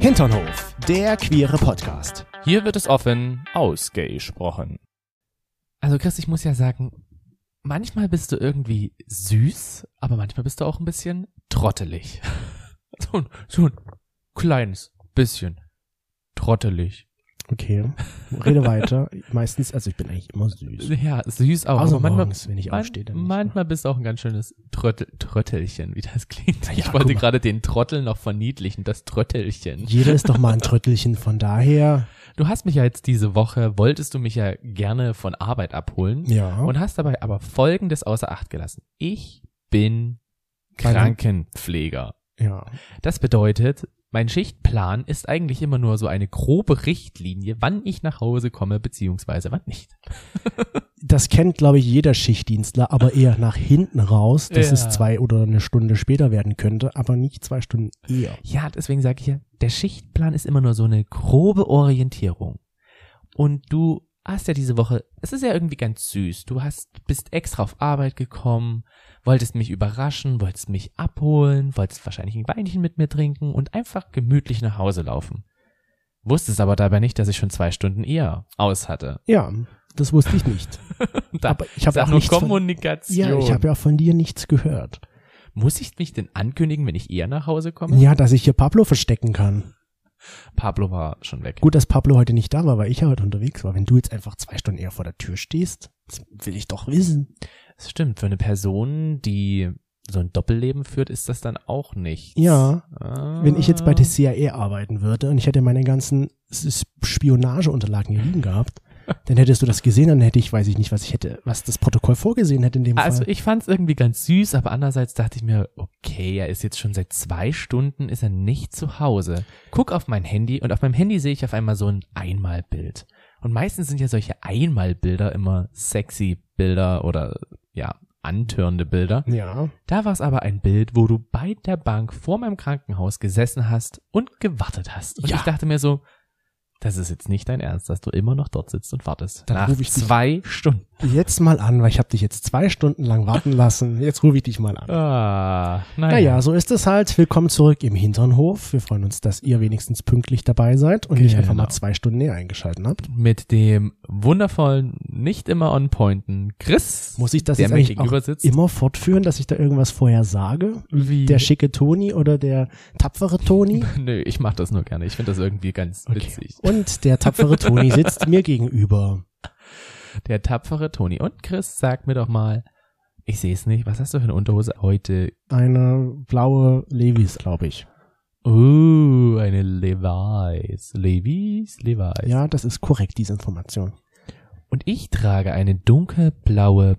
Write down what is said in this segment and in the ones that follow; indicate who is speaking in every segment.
Speaker 1: Hinternhof, der queere Podcast.
Speaker 2: Hier wird es offen ausgesprochen. Also Chris, ich muss ja sagen, manchmal bist du irgendwie süß, aber manchmal bist du auch ein bisschen trottelig. So ein, so ein kleines bisschen trottelig.
Speaker 1: Okay, rede weiter. Meistens, also ich bin eigentlich immer süß.
Speaker 2: Ja, süß auch.
Speaker 1: Außer Also
Speaker 2: aber manchmal,
Speaker 1: morgens, wenn ich aufstehe, dann nicht, ne?
Speaker 2: manchmal bist du auch ein ganz schönes Tröttel, Tröttelchen, wie das klingt.
Speaker 1: ja,
Speaker 2: ich
Speaker 1: guck
Speaker 2: wollte
Speaker 1: mal.
Speaker 2: gerade den Trottel noch verniedlichen, das Tröttelchen.
Speaker 1: Jeder ist doch mal ein Tröttelchen, von daher.
Speaker 2: Du hast mich ja jetzt diese Woche, wolltest du mich ja gerne von Arbeit abholen.
Speaker 1: Ja.
Speaker 2: und hast dabei aber Folgendes außer Acht gelassen. Ich bin
Speaker 1: Krank-
Speaker 2: Krankenpfleger.
Speaker 1: ja.
Speaker 2: Das bedeutet, mein Schichtplan ist eigentlich immer nur so eine grobe Richtlinie, wann ich nach Hause komme, beziehungsweise wann nicht.
Speaker 1: Das kennt, glaube ich, jeder Schichtdienstler, aber eher nach hinten raus, dass
Speaker 2: Ja.
Speaker 1: es zwei oder eine Stunde später werden könnte, aber nicht zwei Stunden eher.
Speaker 2: Ja, deswegen sage ich ja, der Schichtplan ist immer nur so eine grobe Orientierung. Und du hast ja diese Woche, es ist ja irgendwie ganz süß. Du hast, bist extra auf Arbeit gekommen, wolltest mich überraschen, wolltest mich abholen, wolltest wahrscheinlich ein Weinchen mit mir trinken und einfach gemütlich nach Hause laufen. Wusstest aber dabei nicht, dass ich schon zwei Stunden eher aus hatte.
Speaker 1: Ja, das wusste ich nicht.
Speaker 2: Da
Speaker 1: Aber ich habe
Speaker 2: sag
Speaker 1: auch
Speaker 2: nur
Speaker 1: nichts von,
Speaker 2: Kommunikation.
Speaker 1: Ja, ich habe ja von dir nichts gehört.
Speaker 2: Muss ich mich denn ankündigen, wenn ich eher nach Hause komme?
Speaker 1: Ja, dass ich hier Pablo verstecken kann.
Speaker 2: Pablo war schon weg.
Speaker 1: Gut, dass Pablo heute nicht da war, weil ich ja heute unterwegs war. Wenn du jetzt einfach zwei Stunden eher vor der Tür stehst, das will ich doch wissen.
Speaker 2: Das stimmt, für eine Person, die so ein Doppelleben führt, ist das dann auch Ah. nicht.
Speaker 1: Ja,
Speaker 2: Wenn
Speaker 1: Wenn ich jetzt bei der CIA arbeiten würde und ich hätte meine ganzen S- S- Spionageunterlagen hier liegen gehabt, dann hättest du das gesehen, dann hätte ich, weiß ich nicht, was ich hätte, was das Protokoll vorgesehen hätte in dem
Speaker 2: Also
Speaker 1: Fall.
Speaker 2: ich fand es irgendwie ganz süß, aber andererseits dachte ich mir, okay, er ist jetzt schon seit zwei Stunden, ist er nicht zu Hause. Guck auf mein Handy und auf meinem Handy sehe ich auf einmal so ein Einmalbild. Und meistens sind ja solche Einmalbilder immer sexy Bilder oder ja, antörende Bilder.
Speaker 1: Ja,
Speaker 2: Da war es aber ein Bild, wo du bei der Bank vor meinem Krankenhaus gesessen hast und gewartet hast. Und
Speaker 1: Ja.
Speaker 2: ich dachte mir so, das ist jetzt nicht dein Ernst, dass du immer noch dort sitzt und wartest.
Speaker 1: Dann
Speaker 2: Nach
Speaker 1: ruf ich dich-
Speaker 2: zwei Stunden.
Speaker 1: jetzt mal an, weil ich habe dich jetzt zwei Stunden lang warten lassen. Jetzt rufe ich dich mal an.
Speaker 2: Ah,
Speaker 1: Naja, so ist es halt. Willkommen zurück im Hinternhof. Wir freuen uns, dass ihr wenigstens pünktlich dabei seid und nicht einfach
Speaker 2: Genau.
Speaker 1: mal zwei Stunden näher eingeschalten habt.
Speaker 2: Mit dem wundervollen, nicht immer on pointen Chris,
Speaker 1: Muss ich das
Speaker 2: der
Speaker 1: jetzt
Speaker 2: mir
Speaker 1: eigentlich
Speaker 2: gegenüber
Speaker 1: auch
Speaker 2: sitzt.
Speaker 1: immer fortführen, dass ich da irgendwas vorher sage?
Speaker 2: Wie?
Speaker 1: Der schicke Toni oder der tapfere Toni?
Speaker 2: Nö, ich mach das nur gerne. Ich finde das irgendwie ganz witzig.
Speaker 1: Und der tapfere Toni sitzt mir gegenüber.
Speaker 2: Der tapfere Toni und Chris, sag mir doch mal, ich sehe es nicht, was hast du für eine Unterhose heute?
Speaker 1: Eine blaue Levis, glaube ich.
Speaker 2: Oh, eine Levi's. Levi's, Levi's.
Speaker 1: Ja, das ist korrekt, diese Information.
Speaker 2: Und ich trage eine dunkelblaue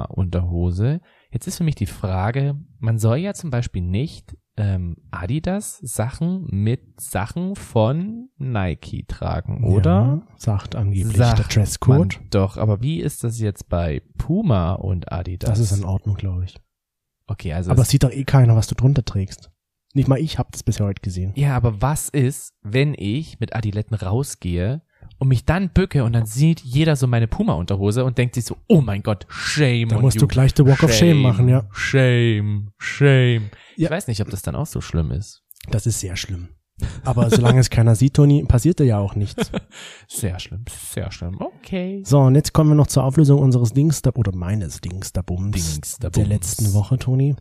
Speaker 2: Puma-Unterhose. Jetzt ist für mich die Frage, man soll ja zum Beispiel nicht ähm, Adidas-Sachen mit Sachen von Nike tragen, oder?
Speaker 1: Ja, sagt angeblich der
Speaker 2: Sagt Man
Speaker 1: Dresscode.
Speaker 2: doch, aber wie ist das jetzt bei Puma und Adidas?
Speaker 1: Das ist in Ordnung, glaube ich.
Speaker 2: Okay, also
Speaker 1: Aber
Speaker 2: es-
Speaker 1: es sieht doch eh keiner, was du drunter trägst. Nicht mal ich habe das bisher heute gesehen.
Speaker 2: Ja, aber was ist, wenn ich mit Adiletten rausgehe und mich dann bücke und dann sieht jeder so meine Puma-Unterhose und denkt sich so, oh mein Gott, shame
Speaker 1: Da
Speaker 2: on
Speaker 1: musst
Speaker 2: you.
Speaker 1: du gleich The Walk of Shame machen, ja.
Speaker 2: Shame, shame. Ich
Speaker 1: Ja.
Speaker 2: weiß nicht, ob das dann auch so schlimm ist.
Speaker 1: Das ist sehr schlimm. Aber solange es keiner sieht, Toni, passiert dir ja auch nichts.
Speaker 2: Sehr schlimm, sehr schlimm. Okay.
Speaker 1: So, und jetzt kommen wir noch zur Auflösung unseres Dingsda oder meines Dingsda-Bums
Speaker 2: Dingsda-Bums.
Speaker 1: der letzten Woche, Toni.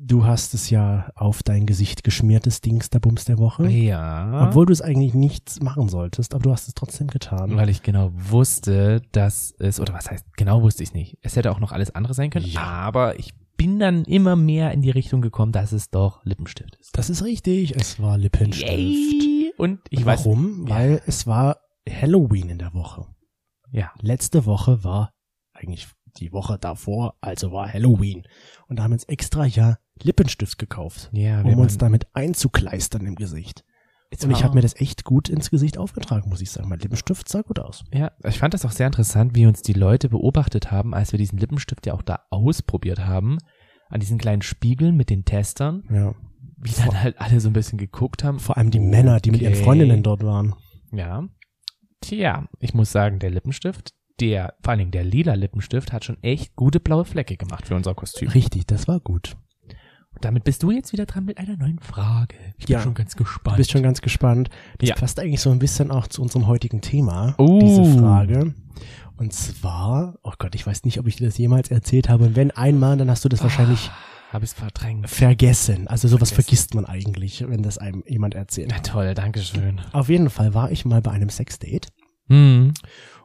Speaker 1: Du hast es ja auf dein Gesicht geschmiertes Dingsda-Bums der Woche.
Speaker 2: Ja.
Speaker 1: Hm? Obwohl du es eigentlich nicht machen solltest, aber du hast es trotzdem getan.
Speaker 2: weil ich genau wusste, dass es, oder was heißt, genau wusste ich nicht. Es hätte auch noch alles andere sein können,
Speaker 1: Ja.
Speaker 2: aber ich bin dann immer mehr in die Richtung gekommen, dass es doch Lippenstift ist.
Speaker 1: das ist richtig, es war Lippenstift.
Speaker 2: Yay. Und ich weiß,
Speaker 1: Warum?
Speaker 2: Ja.
Speaker 1: Weil es war Halloween in der Woche.
Speaker 2: Ja.
Speaker 1: Letzte Woche war eigentlich die Woche davor, also war Halloween. Und da haben wir uns extra ja Lippenstift gekauft,
Speaker 2: Ja, wenn
Speaker 1: um uns
Speaker 2: man-
Speaker 1: damit einzukleistern im Gesicht.
Speaker 2: Jetzt
Speaker 1: Und ich
Speaker 2: war-
Speaker 1: habe mir das echt gut ins Gesicht aufgetragen, muss ich sagen. Mein Lippenstift sah gut aus.
Speaker 2: Ja, ich fand das auch sehr interessant, wie uns die Leute beobachtet haben, als wir diesen Lippenstift ja auch da ausprobiert haben, an diesen kleinen Spiegeln mit den Testern,
Speaker 1: Ja.
Speaker 2: wie dann halt alle so ein bisschen geguckt haben.
Speaker 1: Vor allem die Männer, die mit ihren
Speaker 2: Okay.
Speaker 1: Freundinnen dort waren.
Speaker 2: Ja. Tja, ich muss sagen, der Lippenstift, der, vor allen Dingen der lila Lippenstift, hat schon echt gute blaue Flecke gemacht für unser Kostüm.
Speaker 1: Richtig, das war gut.
Speaker 2: Und damit bist du jetzt wieder dran mit einer neuen Frage. Ich bin
Speaker 1: Ja.
Speaker 2: schon ganz
Speaker 1: Du
Speaker 2: gespannt.
Speaker 1: bist schon ganz gespannt. Das
Speaker 2: Ja.
Speaker 1: passt eigentlich so ein bisschen auch zu unserem heutigen Thema,
Speaker 2: Oh.
Speaker 1: diese Frage. Und zwar, oh Gott, ich weiß nicht, ob ich dir das jemals erzählt habe. Und wenn einmal, dann hast du das wahrscheinlich
Speaker 2: Ah, Hab ich's verdrängt.
Speaker 1: vergessen. Also sowas
Speaker 2: Vergessen.
Speaker 1: vergisst man eigentlich, wenn das einem jemand erzählt.
Speaker 2: Na toll, dankeschön.
Speaker 1: Auf jeden Fall war ich mal bei einem Sexdate
Speaker 2: Hm.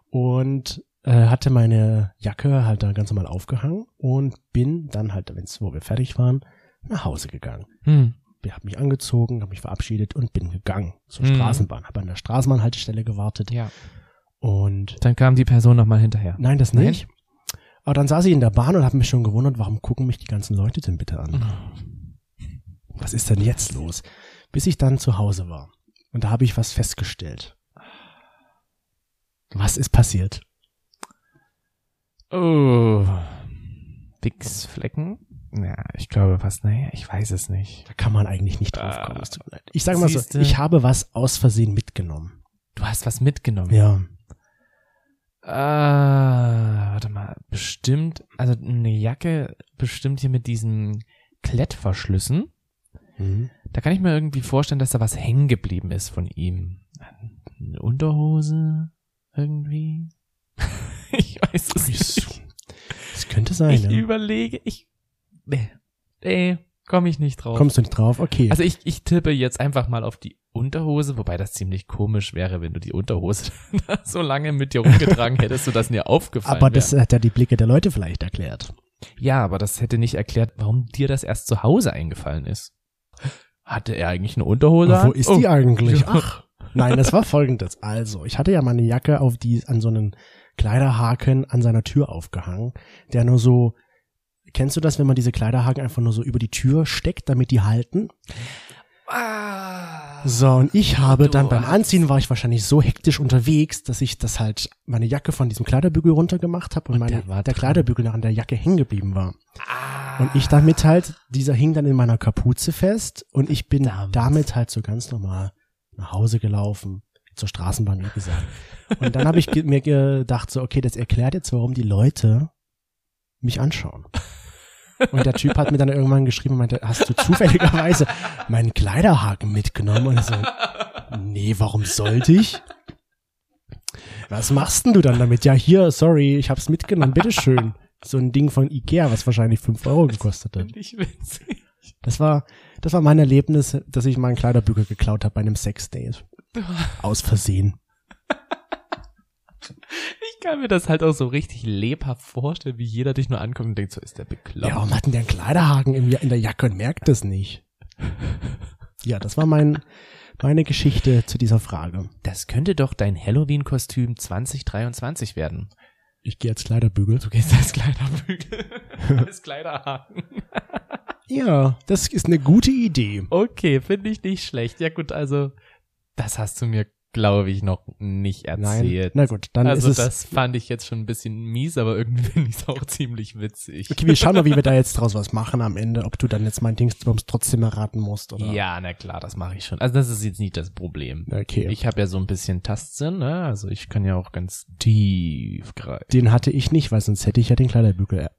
Speaker 1: und äh, hatte meine Jacke halt da ganz normal aufgehangen und bin dann halt, wenn's, wo wir fertig waren, nach Hause gegangen.
Speaker 2: Hm.
Speaker 1: Ich habe mich angezogen, habe mich verabschiedet und bin gegangen zur
Speaker 2: Mhm.
Speaker 1: Straßenbahn. Habe an der Straßenbahnhaltestelle gewartet
Speaker 2: Ja.
Speaker 1: und
Speaker 2: Dann kam die Person nochmal hinterher.
Speaker 1: nein, das
Speaker 2: Nein?
Speaker 1: nicht. Aber dann saß ich in der Bahn und habe mich schon gewundert, warum gucken mich die ganzen Leute denn bitte an? Was ist denn jetzt los? Bis ich dann zu Hause war. Und da habe ich was festgestellt. Was ist passiert?
Speaker 2: Oh. Wichsflecken? Ja, ich glaube fast, naja, ich weiß es nicht.
Speaker 1: Da kann man eigentlich nicht drauf
Speaker 2: Ah.
Speaker 1: kommen. es tut mir leid. Ich sage mal so,
Speaker 2: Siehste.
Speaker 1: ich habe was aus Versehen mitgenommen.
Speaker 2: Du hast was mitgenommen.
Speaker 1: Ja.
Speaker 2: Ah, warte mal, bestimmt, also eine Jacke bestimmt hier mit diesen Klettverschlüssen.
Speaker 1: Mhm.
Speaker 2: Da kann ich mir irgendwie vorstellen, dass da was hängen geblieben ist von ihm. Eine Unterhose irgendwie. ich weiß es nicht.
Speaker 1: Es könnte sein.
Speaker 2: Ich
Speaker 1: Ja.
Speaker 2: überlege, ich nee, nee, komme ich nicht drauf.
Speaker 1: Kommst du nicht drauf? Okay.
Speaker 2: Also ich, ich tippe jetzt einfach mal auf die Unterhose, wobei das ziemlich komisch wäre, wenn du die Unterhose da so lange mit dir rumgetragen hättest, sodass mir aufgefallen
Speaker 1: Aber
Speaker 2: wäre.
Speaker 1: das hat ja die Blicke der Leute vielleicht erklärt.
Speaker 2: Ja, aber das hätte nicht erklärt, warum dir das erst zu Hause eingefallen ist. Hatte er eigentlich eine Unterhose?
Speaker 1: Wo
Speaker 2: an?
Speaker 1: ist
Speaker 2: Oh.
Speaker 1: die eigentlich?
Speaker 2: Ja.
Speaker 1: Ach. Nein, das war folgendes. Also, ich hatte ja meine Jacke auf die, an so einen Kleiderhaken an seiner Tür aufgehangen, der nur so, kennst du das, wenn man diese Kleiderhaken einfach nur so über die Tür steckt, damit die halten?
Speaker 2: Ah.
Speaker 1: So, und ich habe
Speaker 2: Du
Speaker 1: dann beim
Speaker 2: hast-
Speaker 1: Anziehen war ich wahrscheinlich so hektisch unterwegs, dass ich das halt meine Jacke von diesem Kleiderbügel runtergemacht habe und,
Speaker 2: Und
Speaker 1: meine,
Speaker 2: der war
Speaker 1: der
Speaker 2: dran. Ah.
Speaker 1: Kleiderbügel an der Jacke hängen geblieben war. Und ich damit halt, dieser hing dann in meiner Kapuze fest und ich bin
Speaker 2: Verdammt.
Speaker 1: damit halt so ganz normal nach Hause gelaufen, zur Straßenbahn, wie gesagt. Und dann habe ich ge- mir gedacht, so, okay, das erklärt jetzt, warum die Leute mich anschauen. Und der Typ hat mir dann irgendwann geschrieben und meinte, hast du zufälligerweise meinen Kleiderhaken mitgenommen? Und ich so, nee, warum sollte ich? Was machst denn du dann damit? Ja, hier, sorry, ich hab's mitgenommen, bitteschön. So ein Ding von Ikea, was wahrscheinlich fünf Euro gekostet hat.
Speaker 2: Finde ich Ah, witzig.
Speaker 1: Das war, das war mein Erlebnis, dass ich meinen Kleiderbügel geklaut habe bei einem Sexdate. Aus Versehen.
Speaker 2: Ich kann mir das halt auch so richtig lebhaft vorstellen, wie jeder dich nur anguckt und denkt, so ist der
Speaker 1: Ja,
Speaker 2: bekloppt.
Speaker 1: warum hat denn der einen Kleiderhaken im, in der Jacke und merkt das nicht? Ja, das war mein, meine Geschichte zu dieser Frage.
Speaker 2: Das könnte doch dein Halloween-Kostüm 2023 werden.
Speaker 1: Ich gehe als Kleiderbügel.
Speaker 2: Du gehst als Kleiderbügel, als Kleiderhaken.
Speaker 1: Ja, das ist eine gute Idee.
Speaker 2: Okay, finde ich nicht schlecht. Ja gut, also das hast du mir, glaube ich, noch nicht
Speaker 1: Nein.
Speaker 2: erzählt.
Speaker 1: Na gut, dann
Speaker 2: also
Speaker 1: ist es.
Speaker 2: das fand ich jetzt schon ein bisschen mies, aber irgendwie finde ich es auch ziemlich witzig.
Speaker 1: Okay, wir schauen mal, wie wir da jetzt draus was machen am Ende, ob du dann jetzt mein Dingsbums trotzdem erraten musst, oder?
Speaker 2: Ja, na klar, das mache ich schon. Also das ist jetzt nicht das Problem.
Speaker 1: Okay.
Speaker 2: Ich habe ja so ein bisschen Tastsinn, ne? also ich kann ja auch ganz tief greifen.
Speaker 1: den hatte ich nicht, weil sonst hätte ich ja den Kleiderbügel. er-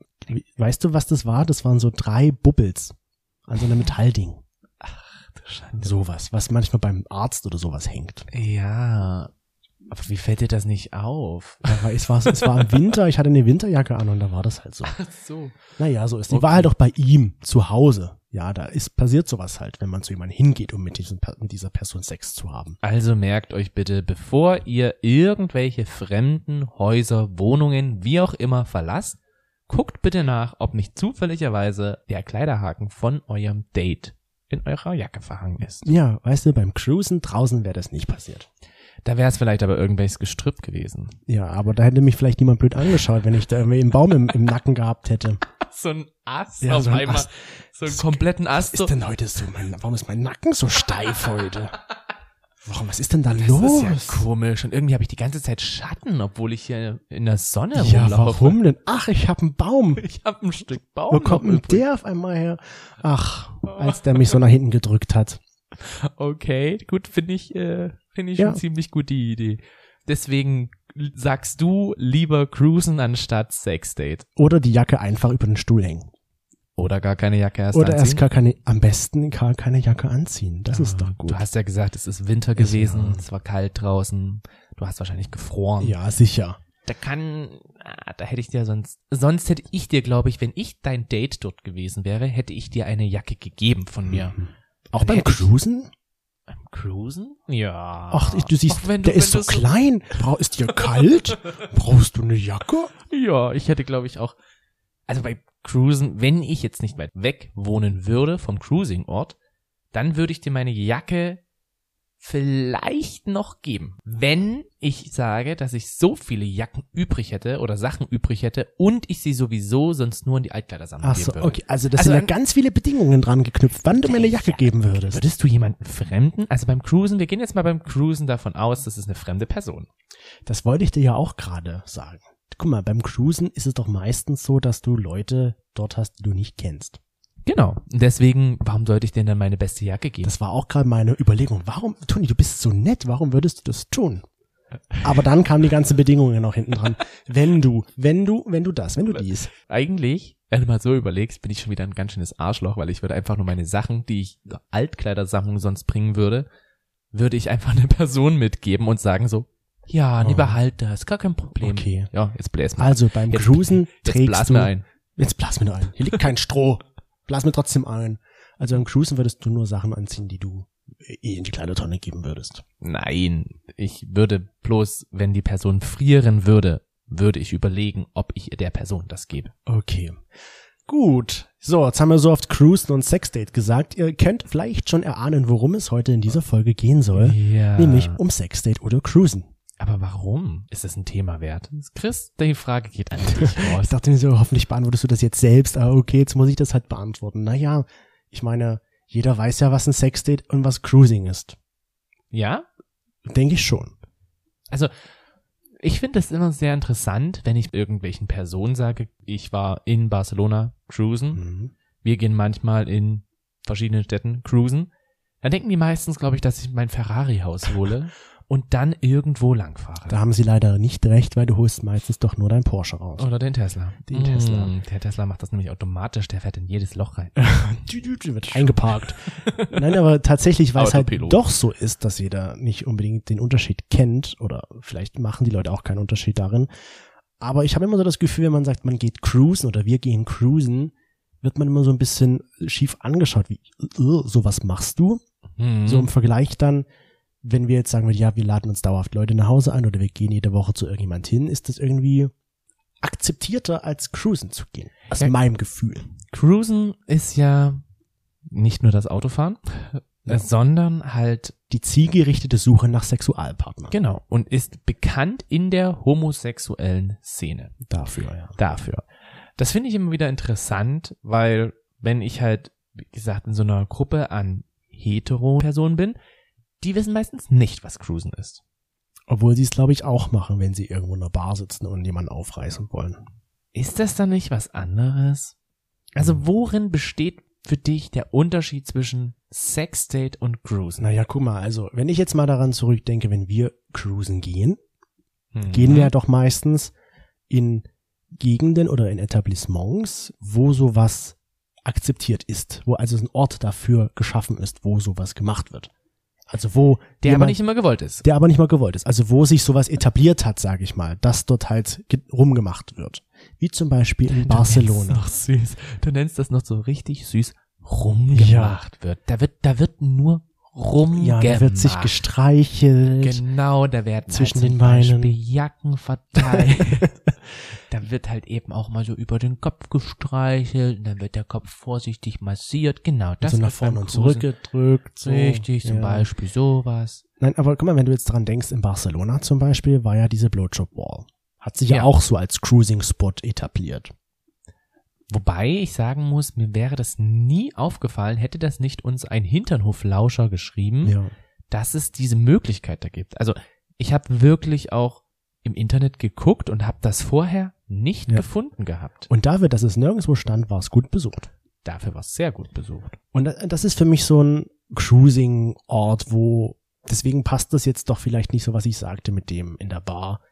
Speaker 1: Weißt du, was das war? Das waren so drei Bubbles an so einem Metallding. Sowas, was manchmal beim Arzt oder sowas hängt.
Speaker 2: Ja, aber wie fällt dir das nicht auf?
Speaker 1: Aber es war, es war im Winter, ich hatte eine Winterjacke an und da war das halt so.
Speaker 2: Ach so.
Speaker 1: Naja, so ist
Speaker 2: Okay.
Speaker 1: Ich war halt auch bei ihm zu Hause. Ja, da ist passiert sowas halt, wenn man zu jemandem hingeht, um mit, diesem, Per- mit dieser Person Sex zu haben.
Speaker 2: Also merkt euch bitte, bevor ihr irgendwelche fremden Häuser, Wohnungen, wie auch immer verlasst, guckt bitte nach, ob nicht zufälligerweise der Kleiderhaken von eurem Date in eurer Jacke verhangen ist.
Speaker 1: Ja, weißt du, beim Cruisen draußen wäre das nicht passiert.
Speaker 2: Da wäre es vielleicht aber irgendwelches Gestrüpp gewesen.
Speaker 1: Ja, aber da hätte mich vielleicht niemand blöd angeschaut, wenn ich da irgendwie einen Baum im, im Nacken gehabt hätte.
Speaker 2: So ein Ast
Speaker 1: Ja,
Speaker 2: auf
Speaker 1: so ein
Speaker 2: einmal.
Speaker 1: Ast.
Speaker 2: So einen kompletten Ast.
Speaker 1: Was
Speaker 2: so-
Speaker 1: ist denn heute so? Mein, warum ist mein Nacken so steif heute? Warum, was ist denn da
Speaker 2: das
Speaker 1: los?
Speaker 2: ist ja komisch. Und irgendwie habe ich die ganze Zeit Schatten, obwohl ich hier in der Sonne
Speaker 1: Ja,
Speaker 2: rumlaufe.
Speaker 1: warum denn? Ach, ich habe einen Baum.
Speaker 2: Ich habe ein Stück Baum.
Speaker 1: Wo kommt
Speaker 2: noch
Speaker 1: denn
Speaker 2: übrig.
Speaker 1: der auf einmal her? Ach, als der mich so nach hinten gedrückt hat.
Speaker 2: Okay, gut, finde ich, äh, finde ich
Speaker 1: Ja.
Speaker 2: schon ziemlich gut die Idee. Deswegen sagst du lieber cruisen anstatt Sexdate.
Speaker 1: Oder die Jacke einfach über den Stuhl hängen.
Speaker 2: Oder gar keine Jacke erst
Speaker 1: Oder
Speaker 2: anziehen. Ah,
Speaker 1: erst gar keine, am besten gar keine Jacke anziehen. Das ist doch gut.
Speaker 2: Du hast ja gesagt, es ist Winter
Speaker 1: Ist
Speaker 2: gewesen,
Speaker 1: ja.
Speaker 2: es war kalt draußen, du hast wahrscheinlich gefroren.
Speaker 1: ja, sicher.
Speaker 2: Da kann, ah, da hätte ich dir sonst, sonst hätte ich dir, glaube ich, wenn ich dein Date dort gewesen wäre, hätte ich dir eine Jacke gegeben von mir.
Speaker 1: Mhm.
Speaker 2: Auch
Speaker 1: Beim Cruisen?
Speaker 2: Cruisen? Ja.
Speaker 1: Ach, ich- du siehst,
Speaker 2: Ach, Ah, wenn
Speaker 1: der
Speaker 2: wenn
Speaker 1: ist so
Speaker 2: du
Speaker 1: klein. Bra ist dir kalt? Brauchst du eine Jacke?
Speaker 2: Ja, ich hätte, glaube ich, auch. Also bei Cruisen, wenn ich jetzt nicht weit weg wohnen würde vom Cruising-Ort, dann würde ich dir meine Jacke vielleicht noch geben. Wenn ich sage, dass ich so viele Jacken übrig hätte oder Sachen übrig hätte und ich sie sowieso sonst nur in die Altkleidersammlung
Speaker 1: Ach
Speaker 2: geben
Speaker 1: so,
Speaker 2: würde.
Speaker 1: okay. Also das
Speaker 2: Also
Speaker 1: sind ja
Speaker 2: an-
Speaker 1: ganz viele Bedingungen dran geknüpft, wann du mir eine Jacke
Speaker 2: Ja.
Speaker 1: geben würdest.
Speaker 2: Würdest du jemanden Fremden, also beim Cruisen, wir gehen jetzt mal beim Cruisen davon aus, das ist eine fremde Person.
Speaker 1: Das wollte ich dir ja auch gerade sagen. Guck mal, beim Cruisen ist es doch meistens so, dass du Leute dort hast, die du nicht kennst.
Speaker 2: Genau. Und Deswegen, warum sollte ich denn dann meine beste Jacke geben?
Speaker 1: Das war auch gerade meine Überlegung. Warum, Toni, du bist so nett, warum würdest du das tun? Aber dann kamen die ganzen Bedingungen noch hinten dran. Wenn du, wenn du, wenn du das, wenn du dies.
Speaker 2: eigentlich, wenn du mal so überlegst, bin ich schon wieder ein ganz schönes Arschloch, weil ich würde einfach nur meine Sachen, die ich zur Altkleidersammlung sonst bringen würde, würde ich einfach eine Person mitgeben und sagen so, ja, nee,
Speaker 1: Oh.
Speaker 2: behalt das, gar kein Problem.
Speaker 1: Okay.
Speaker 2: Ja, jetzt bläst mal.
Speaker 1: Also beim
Speaker 2: Jetzt-
Speaker 1: Cruisen
Speaker 2: Jetzt
Speaker 1: trägst
Speaker 2: blas
Speaker 1: du.
Speaker 2: mir ein.
Speaker 1: Jetzt blas mir nur ein. Hier liegt kein Stroh. Blas mir trotzdem ein. Also beim Cruisen würdest du nur Sachen anziehen, die du eh in die kleine Tonne geben würdest.
Speaker 2: Nein, ich würde bloß, wenn die Person frieren würde, würde ich überlegen, ob ich der Person das gebe.
Speaker 1: Okay. Gut. So, jetzt haben wir so oft Cruisen und Sexdate gesagt. Ihr könnt vielleicht schon erahnen, worum es heute in dieser Folge gehen soll.
Speaker 2: Ja.
Speaker 1: Nämlich um Sexdate oder Cruisen.
Speaker 2: Aber warum ist das ein Thema wert? Chris, die Frage geht an dich
Speaker 1: Ich
Speaker 2: raus.
Speaker 1: dachte mir so, hoffentlich beantwortest du das jetzt selbst. Aber okay, jetzt muss ich das halt beantworten. Naja, ich meine, jeder weiß ja, was ein Sexdate und was Cruising ist.
Speaker 2: ja?
Speaker 1: Denke ich schon.
Speaker 2: Also, ich finde das immer sehr interessant, wenn ich irgendwelchen Personen sage, ich war in Barcelona cruisen.
Speaker 1: Mhm.
Speaker 2: Wir gehen manchmal in verschiedenen Städten cruisen. Dann denken die meistens, glaube ich, dass ich mein Ferrari aushole und dann irgendwo langfahre.
Speaker 1: Da haben sie leider nicht recht, weil du holst meistens doch nur dein Porsche raus.
Speaker 2: Oder den Tesla. Mm,
Speaker 1: Den Tesla.
Speaker 2: Der Tesla macht das nämlich automatisch, der fährt in jedes Loch rein.
Speaker 1: wird eingeparkt. Nein, aber tatsächlich, weil es halt
Speaker 2: Autopilot.
Speaker 1: doch so ist, dass jeder nicht unbedingt den Unterschied kennt oder vielleicht machen die Leute auch keinen Unterschied darin. Aber ich habe immer so das Gefühl, wenn man sagt, man geht cruisen oder wir gehen cruisen, wird man immer so ein bisschen schief angeschaut, wie, äh, sowas machst du?
Speaker 2: Hm.
Speaker 1: So im Vergleich dann, wenn wir jetzt sagen würden, ja, wir laden uns dauerhaft Leute nach Hause ein oder wir gehen jede Woche zu irgendjemand hin, ist das irgendwie akzeptierter, als cruisen zu gehen. Aus
Speaker 2: Ja.
Speaker 1: meinem Gefühl.
Speaker 2: Cruisen ist ja nicht nur das Autofahren,
Speaker 1: Ja.
Speaker 2: sondern halt
Speaker 1: Die zielgerichtete Suche nach Sexualpartnern.
Speaker 2: Genau. Und ist bekannt in der homosexuellen Szene
Speaker 1: Dafür, ja.
Speaker 2: dafür. Das finde ich immer wieder interessant, weil wenn ich halt, wie gesagt, in so einer Gruppe an Hetero-Personen bin, die wissen meistens nicht, was Cruisen ist.
Speaker 1: Obwohl sie es, glaube ich, auch machen, wenn sie irgendwo in einer Bar sitzen und jemanden aufreißen wollen.
Speaker 2: Ist das dann nicht was anderes? Also worin besteht für dich der Unterschied zwischen Sexdate und Cruisen?
Speaker 1: Naja, guck mal, also, wenn ich jetzt mal daran zurückdenke, wenn wir cruisen gehen, gehen wir ja doch meistens in Gegenden oder in Etablissements, wo sowas akzeptiert ist, wo also ein Ort dafür geschaffen ist, wo sowas gemacht wird. Also wo
Speaker 2: der aber
Speaker 1: jemand-
Speaker 2: nicht immer gewollt ist.
Speaker 1: der aber nicht mal gewollt ist. Also wo sich sowas etabliert hat, sage ich mal, dass dort halt ge- rumgemacht wird. Wie zum Beispiel in
Speaker 2: Du
Speaker 1: Barcelona.
Speaker 2: nennst, noch süß. du nennst das noch so richtig süß rumgemacht wird. Da wird, da wird nur
Speaker 1: Ja,
Speaker 2: rumgemacht.
Speaker 1: da wird sich gestreichelt.
Speaker 2: Genau, da werden
Speaker 1: Zwischen
Speaker 2: halt
Speaker 1: den
Speaker 2: zum
Speaker 1: Beinen.
Speaker 2: Beispiel Jacken verteilt. da wird halt eben auch mal so über den Kopf gestreichelt, und dann wird der Kopf vorsichtig massiert. Genau, das
Speaker 1: so nach
Speaker 2: wird beim
Speaker 1: vorne und
Speaker 2: Cruisen
Speaker 1: zurückgedrückt. So.
Speaker 2: Richtig, zum
Speaker 1: ja.
Speaker 2: Beispiel sowas.
Speaker 1: Nein, aber guck mal, wenn du jetzt dran denkst, in Barcelona zum Beispiel war ja diese Blowjob Wall. Hat sich ja,
Speaker 2: Ja.
Speaker 1: auch so als Cruising Spot etabliert.
Speaker 2: Wobei ich sagen muss, mir wäre das nie aufgefallen, hätte das nicht uns ein Hinternhoflauscher geschrieben.
Speaker 1: Ja.
Speaker 2: dass es diese Möglichkeit da gibt. Also ich habe wirklich auch im Internet geguckt und habe das vorher nicht
Speaker 1: Ja.
Speaker 2: gefunden gehabt.
Speaker 1: Und dafür, dass es nirgendwo stand, war es gut besucht.
Speaker 2: Dafür war es sehr gut besucht.
Speaker 1: Und da- das ist für mich so ein Cruising Ort, wo deswegen passt das jetzt doch vielleicht nicht so, was ich sagte mit dem in der Bar.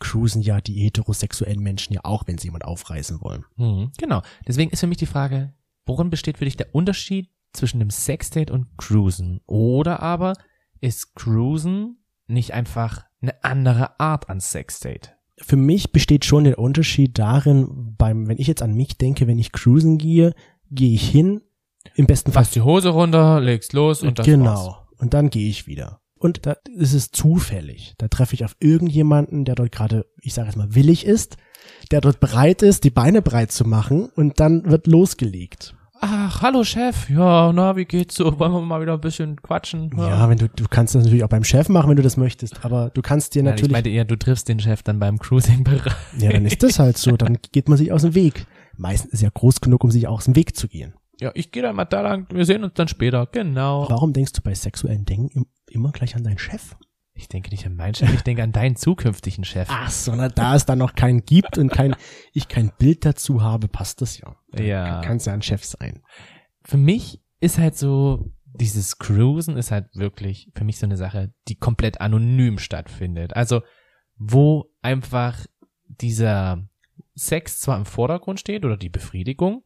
Speaker 1: Cruisen ja die heterosexuellen Menschen ja auch, wenn sie jemand aufreißen wollen.
Speaker 2: Mhm. Genau. Deswegen ist für mich die Frage, Worin besteht für dich der Unterschied zwischen dem Sexdate und Cruisen? Oder aber ist Cruisen nicht einfach eine andere Art an Sexdate?
Speaker 1: Für mich besteht schon der Unterschied darin, beim, wenn ich jetzt an mich denke, wenn ich cruisen gehe, gehe ich hin, im besten Fall.
Speaker 2: Fasst die Hose runter, legst los und das
Speaker 1: genau.
Speaker 2: war's.
Speaker 1: Und dann gehe ich wieder. Und da ist es zufällig. Da treffe ich auf irgendjemanden, der dort gerade, ich sage jetzt mal, willig ist, der dort bereit ist, die Beine breit zu machen und dann wird losgelegt.
Speaker 2: Ach, hallo Chef. Ja, na, wie geht's so? Wollen wir mal wieder ein bisschen quatschen?
Speaker 1: Ja, wenn du, du kannst das natürlich auch beim Chef machen, wenn du das möchtest, aber du kannst dir
Speaker 2: Nein, ich
Speaker 1: natürlich.
Speaker 2: meinte eher, du triffst den Chef dann beim Cruising-Bereich.
Speaker 1: ja, dann ist das halt so. Dann geht man sich aus dem Weg. Meistens ist ja groß genug, um sich aus dem Weg zu gehen.
Speaker 2: Ja, ich gehe dann mal da lang. Wir sehen uns dann später. Genau.
Speaker 1: Warum denkst du bei sexuellen Dingen im- immer gleich an deinen Chef?
Speaker 2: Ich denke nicht an meinen Chef, ich denke an deinen zukünftigen Chef.
Speaker 1: Ach so, na, da es dann noch keinen gibt und kein, ich kein Bild dazu habe, passt das ja.
Speaker 2: Ja.
Speaker 1: Kann es ja ein Chef sein.
Speaker 2: Für mich ist halt so, dieses Cruisen ist halt wirklich für mich so eine Sache, die komplett anonym stattfindet. Also, wo einfach dieser Sex zwar im Vordergrund steht oder die Befriedigung,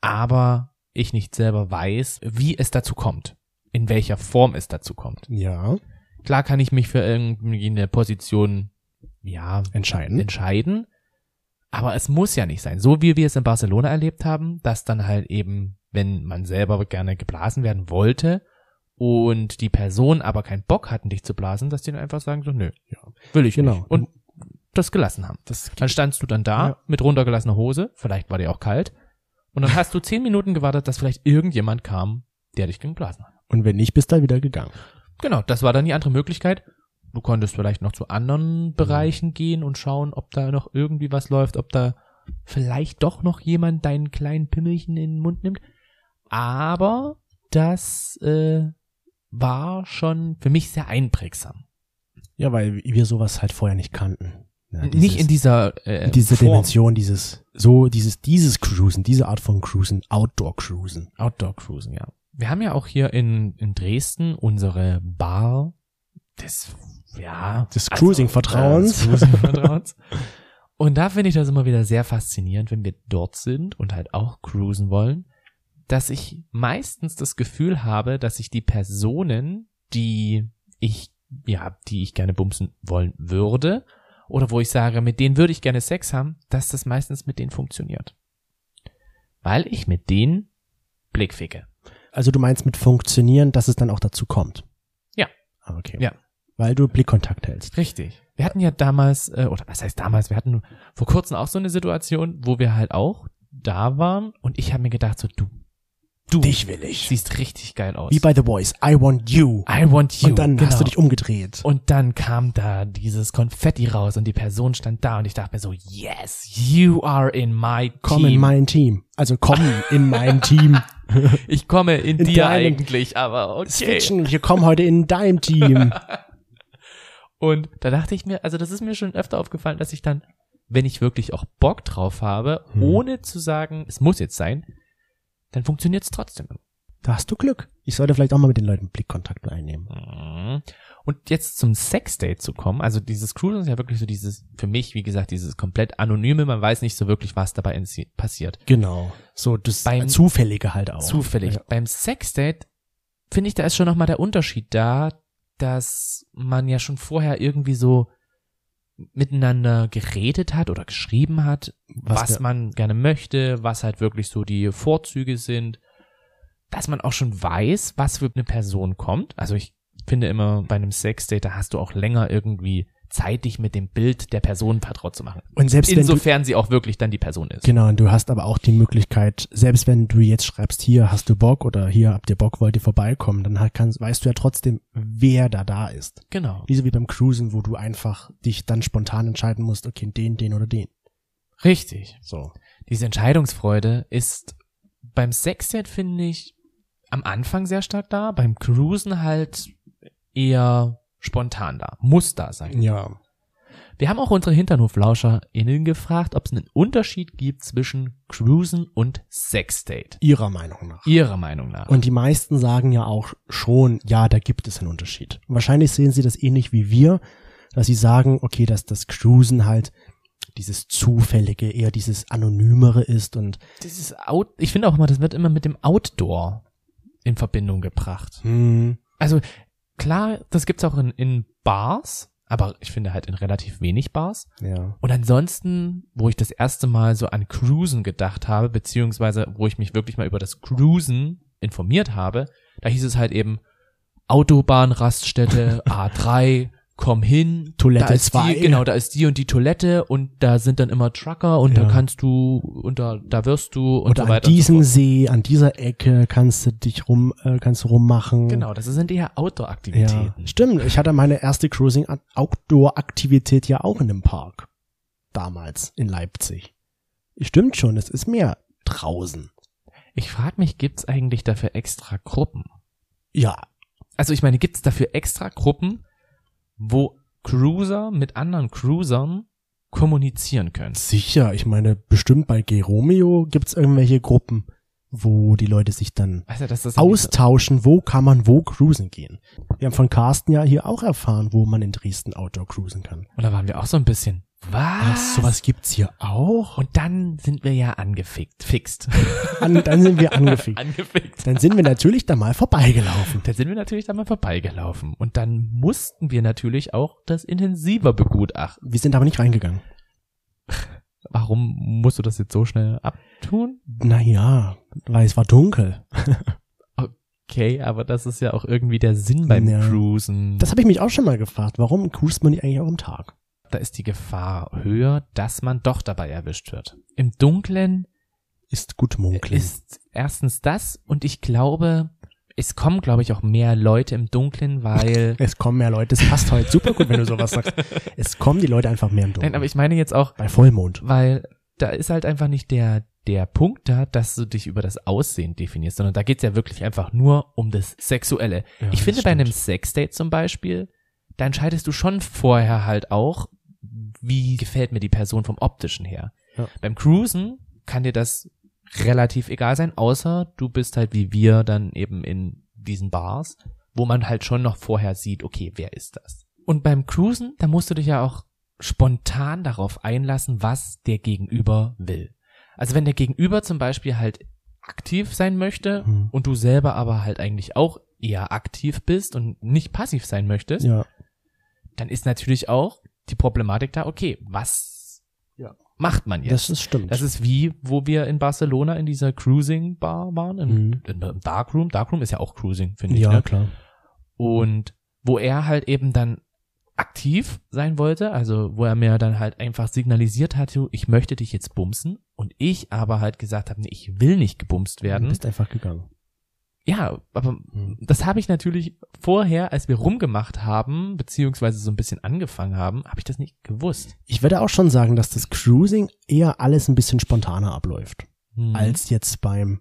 Speaker 2: aber ich nicht selber weiß, wie es dazu kommt, in welcher Form es dazu kommt.
Speaker 1: Ja.
Speaker 2: Klar kann ich mich für irgendwie eine Position, ja,
Speaker 1: Entscheiden.
Speaker 2: entscheiden. Aber es muss ja nicht sein. So wie wir es in Barcelona erlebt haben, dass dann halt eben, wenn man selber gerne geblasen werden wollte und die Person aber keinen Bock hatten, dich zu blasen, dass die dann einfach sagen so, nö,
Speaker 1: Ja.
Speaker 2: will ich
Speaker 1: Genau.
Speaker 2: nicht. Und das gelassen haben.
Speaker 1: Das,
Speaker 2: Dann standst du dann da
Speaker 1: Ja.
Speaker 2: mit runtergelassener Hose, vielleicht war dir auch kalt. Und dann hast du zehn Minuten gewartet, dass vielleicht irgendjemand kam, der dich geblasen hat.
Speaker 1: und wenn nicht, bist du wieder gegangen.
Speaker 2: Genau, das war dann die andere Möglichkeit. Du konntest vielleicht noch zu
Speaker 1: Mhm.
Speaker 2: anderen Bereichen gehen und schauen, ob da noch irgendwie was läuft, ob da vielleicht doch noch jemand deinen kleinen Pimmelchen in den Mund nimmt. Aber das äh, war schon für mich sehr einprägsam.
Speaker 1: Ja, weil wir sowas halt vorher nicht kannten. Ja,
Speaker 2: Nicht in dieser äh,
Speaker 1: in diese
Speaker 2: Form.
Speaker 1: Dimension, dieses, so, dieses, dieses Cruisen, diese Art von Cruisen, Outdoor-Cruisen.
Speaker 2: Outdoor Cruisen, ja. Wir haben ja auch hier in, in Dresden unsere Bar des, ja,
Speaker 1: Des Cruising-Vertrauens.
Speaker 2: äh, des Cruising-Vertrauens. und da finde ich das immer wieder sehr faszinierend, wenn wir dort sind und halt auch cruisen wollen, dass ich meistens das Gefühl habe, dass ich die Personen, die ich, ja, die ich gerne bumsen wollen würde, oder wo ich sage, mit denen würde ich gerne Sex haben, dass das meistens mit denen funktioniert. Weil ich mit denen Blick ficke.
Speaker 1: Also du meinst mit funktionieren, dass es dann auch dazu kommt.
Speaker 2: Ja.
Speaker 1: Ah, Okay.
Speaker 2: Ja.
Speaker 1: Weil du Blickkontakt hältst.
Speaker 2: Richtig. Wir hatten ja damals, äh, oder was heißt damals, wir hatten vor kurzem auch so eine Situation, wo wir halt auch da waren und ich habe mir gedacht, so du, du
Speaker 1: Dich will ich.
Speaker 2: siehst richtig geil aus.
Speaker 1: Wie bei The Voice. I want you.
Speaker 2: I want you.
Speaker 1: und dann
Speaker 2: genau.
Speaker 1: hast du dich um- umgedreht.
Speaker 2: und dann kam da dieses Konfetti raus und die Person stand da und ich dachte mir so, yes, you are in my
Speaker 1: Komm in
Speaker 2: team.
Speaker 1: mein Team. Also komm in mein Team.
Speaker 2: ich komme in,
Speaker 1: in
Speaker 2: dir
Speaker 1: deinem-
Speaker 2: eigentlich, aber okay.
Speaker 1: Switchen, wir kommen heute in dein Team.
Speaker 2: Und da dachte ich mir, also das ist mir schon öfter aufgefallen, dass ich dann, wenn ich wirklich auch Bock drauf habe,
Speaker 1: Hm.
Speaker 2: ohne zu sagen, es muss jetzt sein, dann funktioniert es trotzdem.
Speaker 1: Da hast du Glück. Ich sollte vielleicht auch mal mit den Leuten Blickkontakt einnehmen.
Speaker 2: Und jetzt zum Sexdate zu kommen, also dieses Cruisen ist ja wirklich so dieses, für mich, wie gesagt, dieses komplett anonyme, man weiß nicht so wirklich, was dabei insi- passiert.
Speaker 1: Genau. So das
Speaker 2: Beim-
Speaker 1: Zufällige halt auch.
Speaker 2: Zufällig.
Speaker 1: Ja.
Speaker 2: Beim Sexdate finde ich, da ist schon nochmal der Unterschied da, dass man ja schon vorher irgendwie so miteinander geredet hat oder geschrieben hat, was,
Speaker 1: Was der-
Speaker 2: man gerne möchte, was halt wirklich so die Vorzüge sind, dass man auch schon weiß, was für eine Person kommt. Also ich finde immer bei einem Sexdate, da hast du auch länger irgendwie Zeit, dich mit dem Bild der Person vertraut zu machen.
Speaker 1: Und selbst wenn du
Speaker 2: Insofern sie auch wirklich dann die Person ist.
Speaker 1: genau, und du hast aber auch die Möglichkeit, selbst wenn du jetzt schreibst, hier hast du Bock oder hier habt ihr Bock, wollt ihr vorbeikommen, dann halt kannst, weißt du ja trotzdem, wer da da ist.
Speaker 2: Genau.
Speaker 1: Nicht so wie beim Cruisen, wo du einfach dich dann spontan entscheiden musst, okay, den, den oder den.
Speaker 2: Richtig.
Speaker 1: So.
Speaker 2: diese Entscheidungsfreude ist beim Sexset, finde ich, am Anfang sehr stark da, beim Cruisen halt eher spontan da. Muss da sein.
Speaker 1: Ja.
Speaker 2: Wir haben auch unsere HinternhoflauscherInnen gefragt, ob es einen Unterschied gibt zwischen Cruisen und Sexdate.
Speaker 1: Ihrer Meinung nach.
Speaker 2: Ihrer Meinung nach.
Speaker 1: Und die meisten sagen ja auch schon, ja, da gibt es einen Unterschied. Und wahrscheinlich sehen sie das ähnlich wie wir, dass sie sagen, okay, dass das Cruisen halt dieses Zufällige, eher dieses Anonymere ist und
Speaker 2: Das ist out, ich finde auch immer, das wird immer mit dem Outdoor in Verbindung gebracht.
Speaker 1: hm,
Speaker 2: Also klar, das gibt's auch in, in Bars, aber ich finde halt in relativ wenig Bars.
Speaker 1: ja.
Speaker 2: Und ansonsten, wo ich das erste Mal so an Cruisen gedacht habe, beziehungsweise wo ich mich wirklich mal über das Cruisen informiert habe, da hieß es halt eben Autobahnraststätte A3, komm hin.
Speaker 1: Toilette
Speaker 2: da ist
Speaker 1: zwei.
Speaker 2: die, Genau, da ist die und die Toilette und da sind dann immer Trucker und
Speaker 1: Ja.
Speaker 2: da kannst du und da, da wirst du und
Speaker 1: Oder
Speaker 2: so weiter.
Speaker 1: an diesem
Speaker 2: und so fort.
Speaker 1: See, an dieser Ecke kannst du dich rum, äh, kannst du rummachen.
Speaker 2: Genau, das sind eher
Speaker 1: Ja.
Speaker 2: Outdoor-Aktivitäten.
Speaker 1: Stimmt, ich hatte meine erste Cruising-Outdoor-Aktivität ja auch in einem Park. Damals in Leipzig. Stimmt schon, es ist mehr draußen.
Speaker 2: Ich frage mich, gibt's eigentlich dafür extra Gruppen?
Speaker 1: Ja,
Speaker 2: Also ich meine, gibt es dafür extra Gruppen, wo Cruiser mit anderen Cruisern kommunizieren können?
Speaker 1: sicher. Ich meine, bestimmt bei Geromeo gibt's irgendwelche Gruppen, wo die Leute sich dann
Speaker 2: Also dass das
Speaker 1: austauschen, wo kann man wo cruisen gehen. Wir haben von Carsten ja hier auch erfahren, wo man in Dresden Outdoor cruisen kann.
Speaker 2: Oder waren wir auch so ein bisschen?
Speaker 1: Ach,
Speaker 2: Was?
Speaker 1: sowas gibt's hier auch?
Speaker 2: Und dann sind wir ja angefickt, fixt,
Speaker 1: An, dann sind wir angefickt.
Speaker 2: angefickt.
Speaker 1: Dann sind wir natürlich da mal vorbeigelaufen.
Speaker 2: Da sind wir natürlich dann mal vorbeigelaufen und dann mussten wir natürlich auch das intensiver begutachten.
Speaker 1: Wir sind aber nicht reingegangen.
Speaker 2: Warum musst du das jetzt so schnell abtun?
Speaker 1: Naja, weil es war dunkel.
Speaker 2: Okay, aber das ist ja auch irgendwie der Sinn beim
Speaker 1: Ja.
Speaker 2: Cruisen.
Speaker 1: Das habe ich mich auch schon mal gefragt. Warum cruist man nicht eigentlich auch am Tag?
Speaker 2: da ist die Gefahr höher, dass man doch dabei erwischt wird. Im Dunklen
Speaker 1: Ist gut munkeln.
Speaker 2: ist erstens das und ich glaube, es kommen, glaube ich, auch mehr Leute im Dunklen, weil.
Speaker 1: es kommen mehr Leute. Es passt heute super gut, wenn du sowas sagst. Es kommen die Leute einfach mehr im Dunkeln.
Speaker 2: Nein, aber ich meine jetzt auch,
Speaker 1: Bei Vollmond.
Speaker 2: weil da ist halt einfach nicht der, der Punkt da, dass du dich über das Aussehen definierst, sondern da geht's ja wirklich einfach nur um das Sexuelle.
Speaker 1: Ja,
Speaker 2: ich
Speaker 1: das
Speaker 2: finde, bei
Speaker 1: stimmt.
Speaker 2: einem Sexdate zum Beispiel, da entscheidest du schon vorher halt auch, wie gefällt mir die Person vom Optischen her.
Speaker 1: Ja.
Speaker 2: Beim Cruisen kann dir das relativ egal sein, außer du bist halt wie wir dann eben in diesen Bars, wo man halt schon noch vorher sieht, okay, wer ist das? Und beim Cruisen, da musst du dich ja auch spontan darauf einlassen, was der Gegenüber will. Also wenn der Gegenüber zum Beispiel halt aktiv sein möchte
Speaker 1: Hm.
Speaker 2: und du selber aber halt eigentlich auch eher aktiv bist und nicht passiv sein möchtest,
Speaker 1: Ja.
Speaker 2: dann ist natürlich auch die Problematik da, okay, was
Speaker 1: Ja.
Speaker 2: macht man jetzt?
Speaker 1: Das ist stimmt.
Speaker 2: Das ist wie, wo wir in Barcelona in dieser Cruising-Bar waren, im,
Speaker 1: Mhm.
Speaker 2: im Darkroom. Darkroom ist ja auch Cruising, finde ich.
Speaker 1: ja,
Speaker 2: Ne?
Speaker 1: klar.
Speaker 2: Und wo er halt eben dann aktiv sein wollte, also wo er mir dann halt einfach signalisiert hat, du, ich möchte dich jetzt bumsen. Und ich aber halt gesagt habe, nee, ich will nicht gebumst
Speaker 1: Du
Speaker 2: werden.
Speaker 1: bist einfach gegangen.
Speaker 2: Ja, aber
Speaker 1: Hm.
Speaker 2: das habe ich natürlich vorher, als wir rumgemacht haben, beziehungsweise so ein bisschen angefangen haben, habe ich das nicht gewusst.
Speaker 1: Ich würde auch schon sagen, dass das Cruising eher alles ein bisschen spontaner abläuft,
Speaker 2: Hm.
Speaker 1: als jetzt beim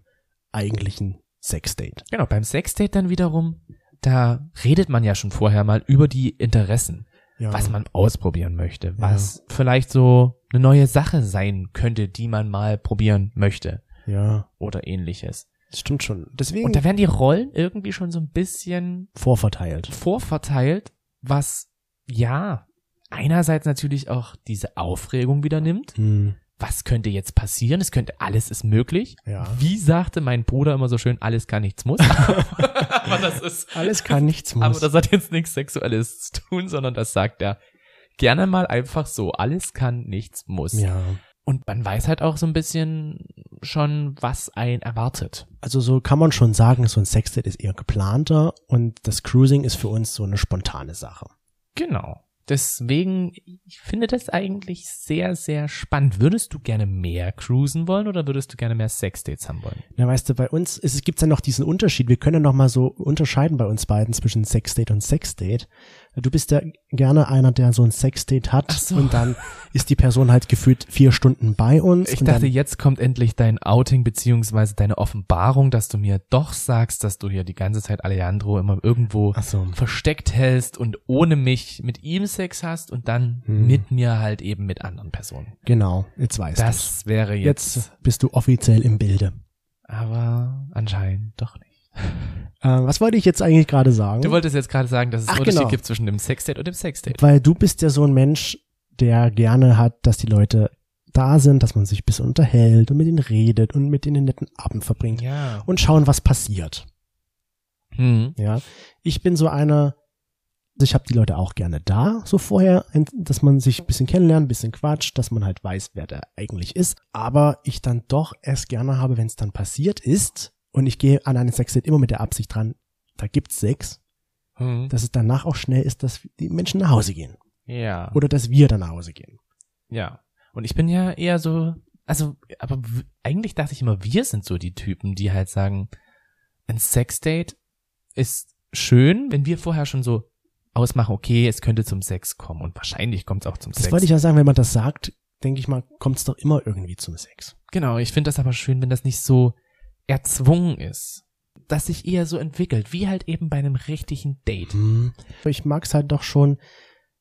Speaker 1: eigentlichen Sexdate.
Speaker 2: Genau, beim Sexdate dann wiederum, da redet man ja schon vorher mal über die Interessen,
Speaker 1: Ja.
Speaker 2: was man ausprobieren möchte,
Speaker 1: Ja.
Speaker 2: was vielleicht so eine neue Sache sein könnte, die man mal probieren möchte
Speaker 1: Ja,
Speaker 2: oder ähnliches.
Speaker 1: das stimmt schon. Deswegen
Speaker 2: Und da werden die Rollen irgendwie schon so ein bisschen
Speaker 1: vorverteilt.
Speaker 2: vorverteilt, was ja einerseits natürlich auch diese Aufregung wieder nimmt.
Speaker 1: Hm.
Speaker 2: Was könnte jetzt passieren? Es könnte, alles ist möglich.
Speaker 1: Ja.
Speaker 2: Wie sagte mein Bruder immer so schön, alles kann, nichts muss. Aber das ist
Speaker 1: Alles kann, nichts muss.
Speaker 2: Aber das hat jetzt nichts Sexuelles zu tun, sondern das sagt er gerne mal einfach so. Alles kann, nichts muss.
Speaker 1: ja.
Speaker 2: Und man weiß halt auch so ein bisschen schon, was einen erwartet.
Speaker 1: Also so kann man schon sagen, so ein Sextet ist eher geplanter und das Cruising ist für uns so eine spontane Sache.
Speaker 2: Genau. Deswegen, ich finde das eigentlich sehr, sehr spannend. Würdest du gerne mehr cruisen wollen oder würdest du gerne mehr Sexdates haben wollen?
Speaker 1: Na, weißt du, bei uns ist, es gibt's ja noch diesen Unterschied. Wir können ja noch mal so unterscheiden bei uns beiden zwischen Sexdate und Sexdate. Du bist ja gerne einer, der so ein Sexdate hat
Speaker 2: Ach so.
Speaker 1: und dann ist die Person halt gefühlt vier Stunden bei uns.
Speaker 2: Ich
Speaker 1: und
Speaker 2: dachte,
Speaker 1: dann,
Speaker 2: jetzt kommt endlich dein Outing beziehungsweise deine Offenbarung, dass du mir doch sagst, dass du hier die ganze Zeit Alejandro immer irgendwo
Speaker 1: ach so.
Speaker 2: versteckt hältst und ohne mich mit ihm Sex hast und dann
Speaker 1: Hm.
Speaker 2: mit mir halt eben mit anderen Personen.
Speaker 1: Genau, jetzt weißt du's.
Speaker 2: Das wäre jetzt,
Speaker 1: Jetzt. bist du offiziell im Bilde.
Speaker 2: aber anscheinend doch nicht.
Speaker 1: Äh, was wollte ich jetzt eigentlich gerade sagen?
Speaker 2: Du wolltest jetzt gerade sagen, dass es
Speaker 1: Hm? Ach,
Speaker 2: Unterschied
Speaker 1: genau.
Speaker 2: gibt zwischen dem Sexdate und dem Sexdate.
Speaker 1: Weil du bist ja so ein Mensch, der gerne hat, dass die Leute da sind, dass man sich ein bisschen unterhält und mit denen redet und mit denen einen netten Abend verbringt
Speaker 2: Ja.
Speaker 1: und schauen, was passiert.
Speaker 2: Mhm.
Speaker 1: Ja, ich bin so einer, ich habe die Leute auch gerne da, so vorher, ein- dass man sich ein bisschen kennenlernt, ein bisschen quatscht, dass man halt weiß, wer der eigentlich ist. Aber ich dann doch es gerne habe, wenn es dann passiert ist und ich gehe an einen Sexdate immer mit der Absicht dran, da gibt's Sex,
Speaker 2: Mhm.
Speaker 1: dass es danach auch schnell ist, dass die Menschen nach Hause gehen
Speaker 2: Ja.
Speaker 1: oder dass wir dann nach Hause gehen.
Speaker 2: Ja. Und ich bin ja eher so, also, aber w- eigentlich dachte ich immer, wir sind so die Typen, die halt sagen, ein Sexdate ist schön, wenn wir vorher schon so ausmachen, okay, es könnte zum Sex kommen und wahrscheinlich kommt es auch zum
Speaker 1: Das
Speaker 2: Sex.
Speaker 1: wollte ich ja sagen, wenn man das sagt, denke ich mal, kommt's doch immer irgendwie zum Sex.
Speaker 2: Genau, ich finde das aber schön, wenn das nicht so erzwungen ist, dass sich eher so entwickelt, wie halt eben bei einem richtigen Date.
Speaker 1: Hm. Ich mag's halt doch schon,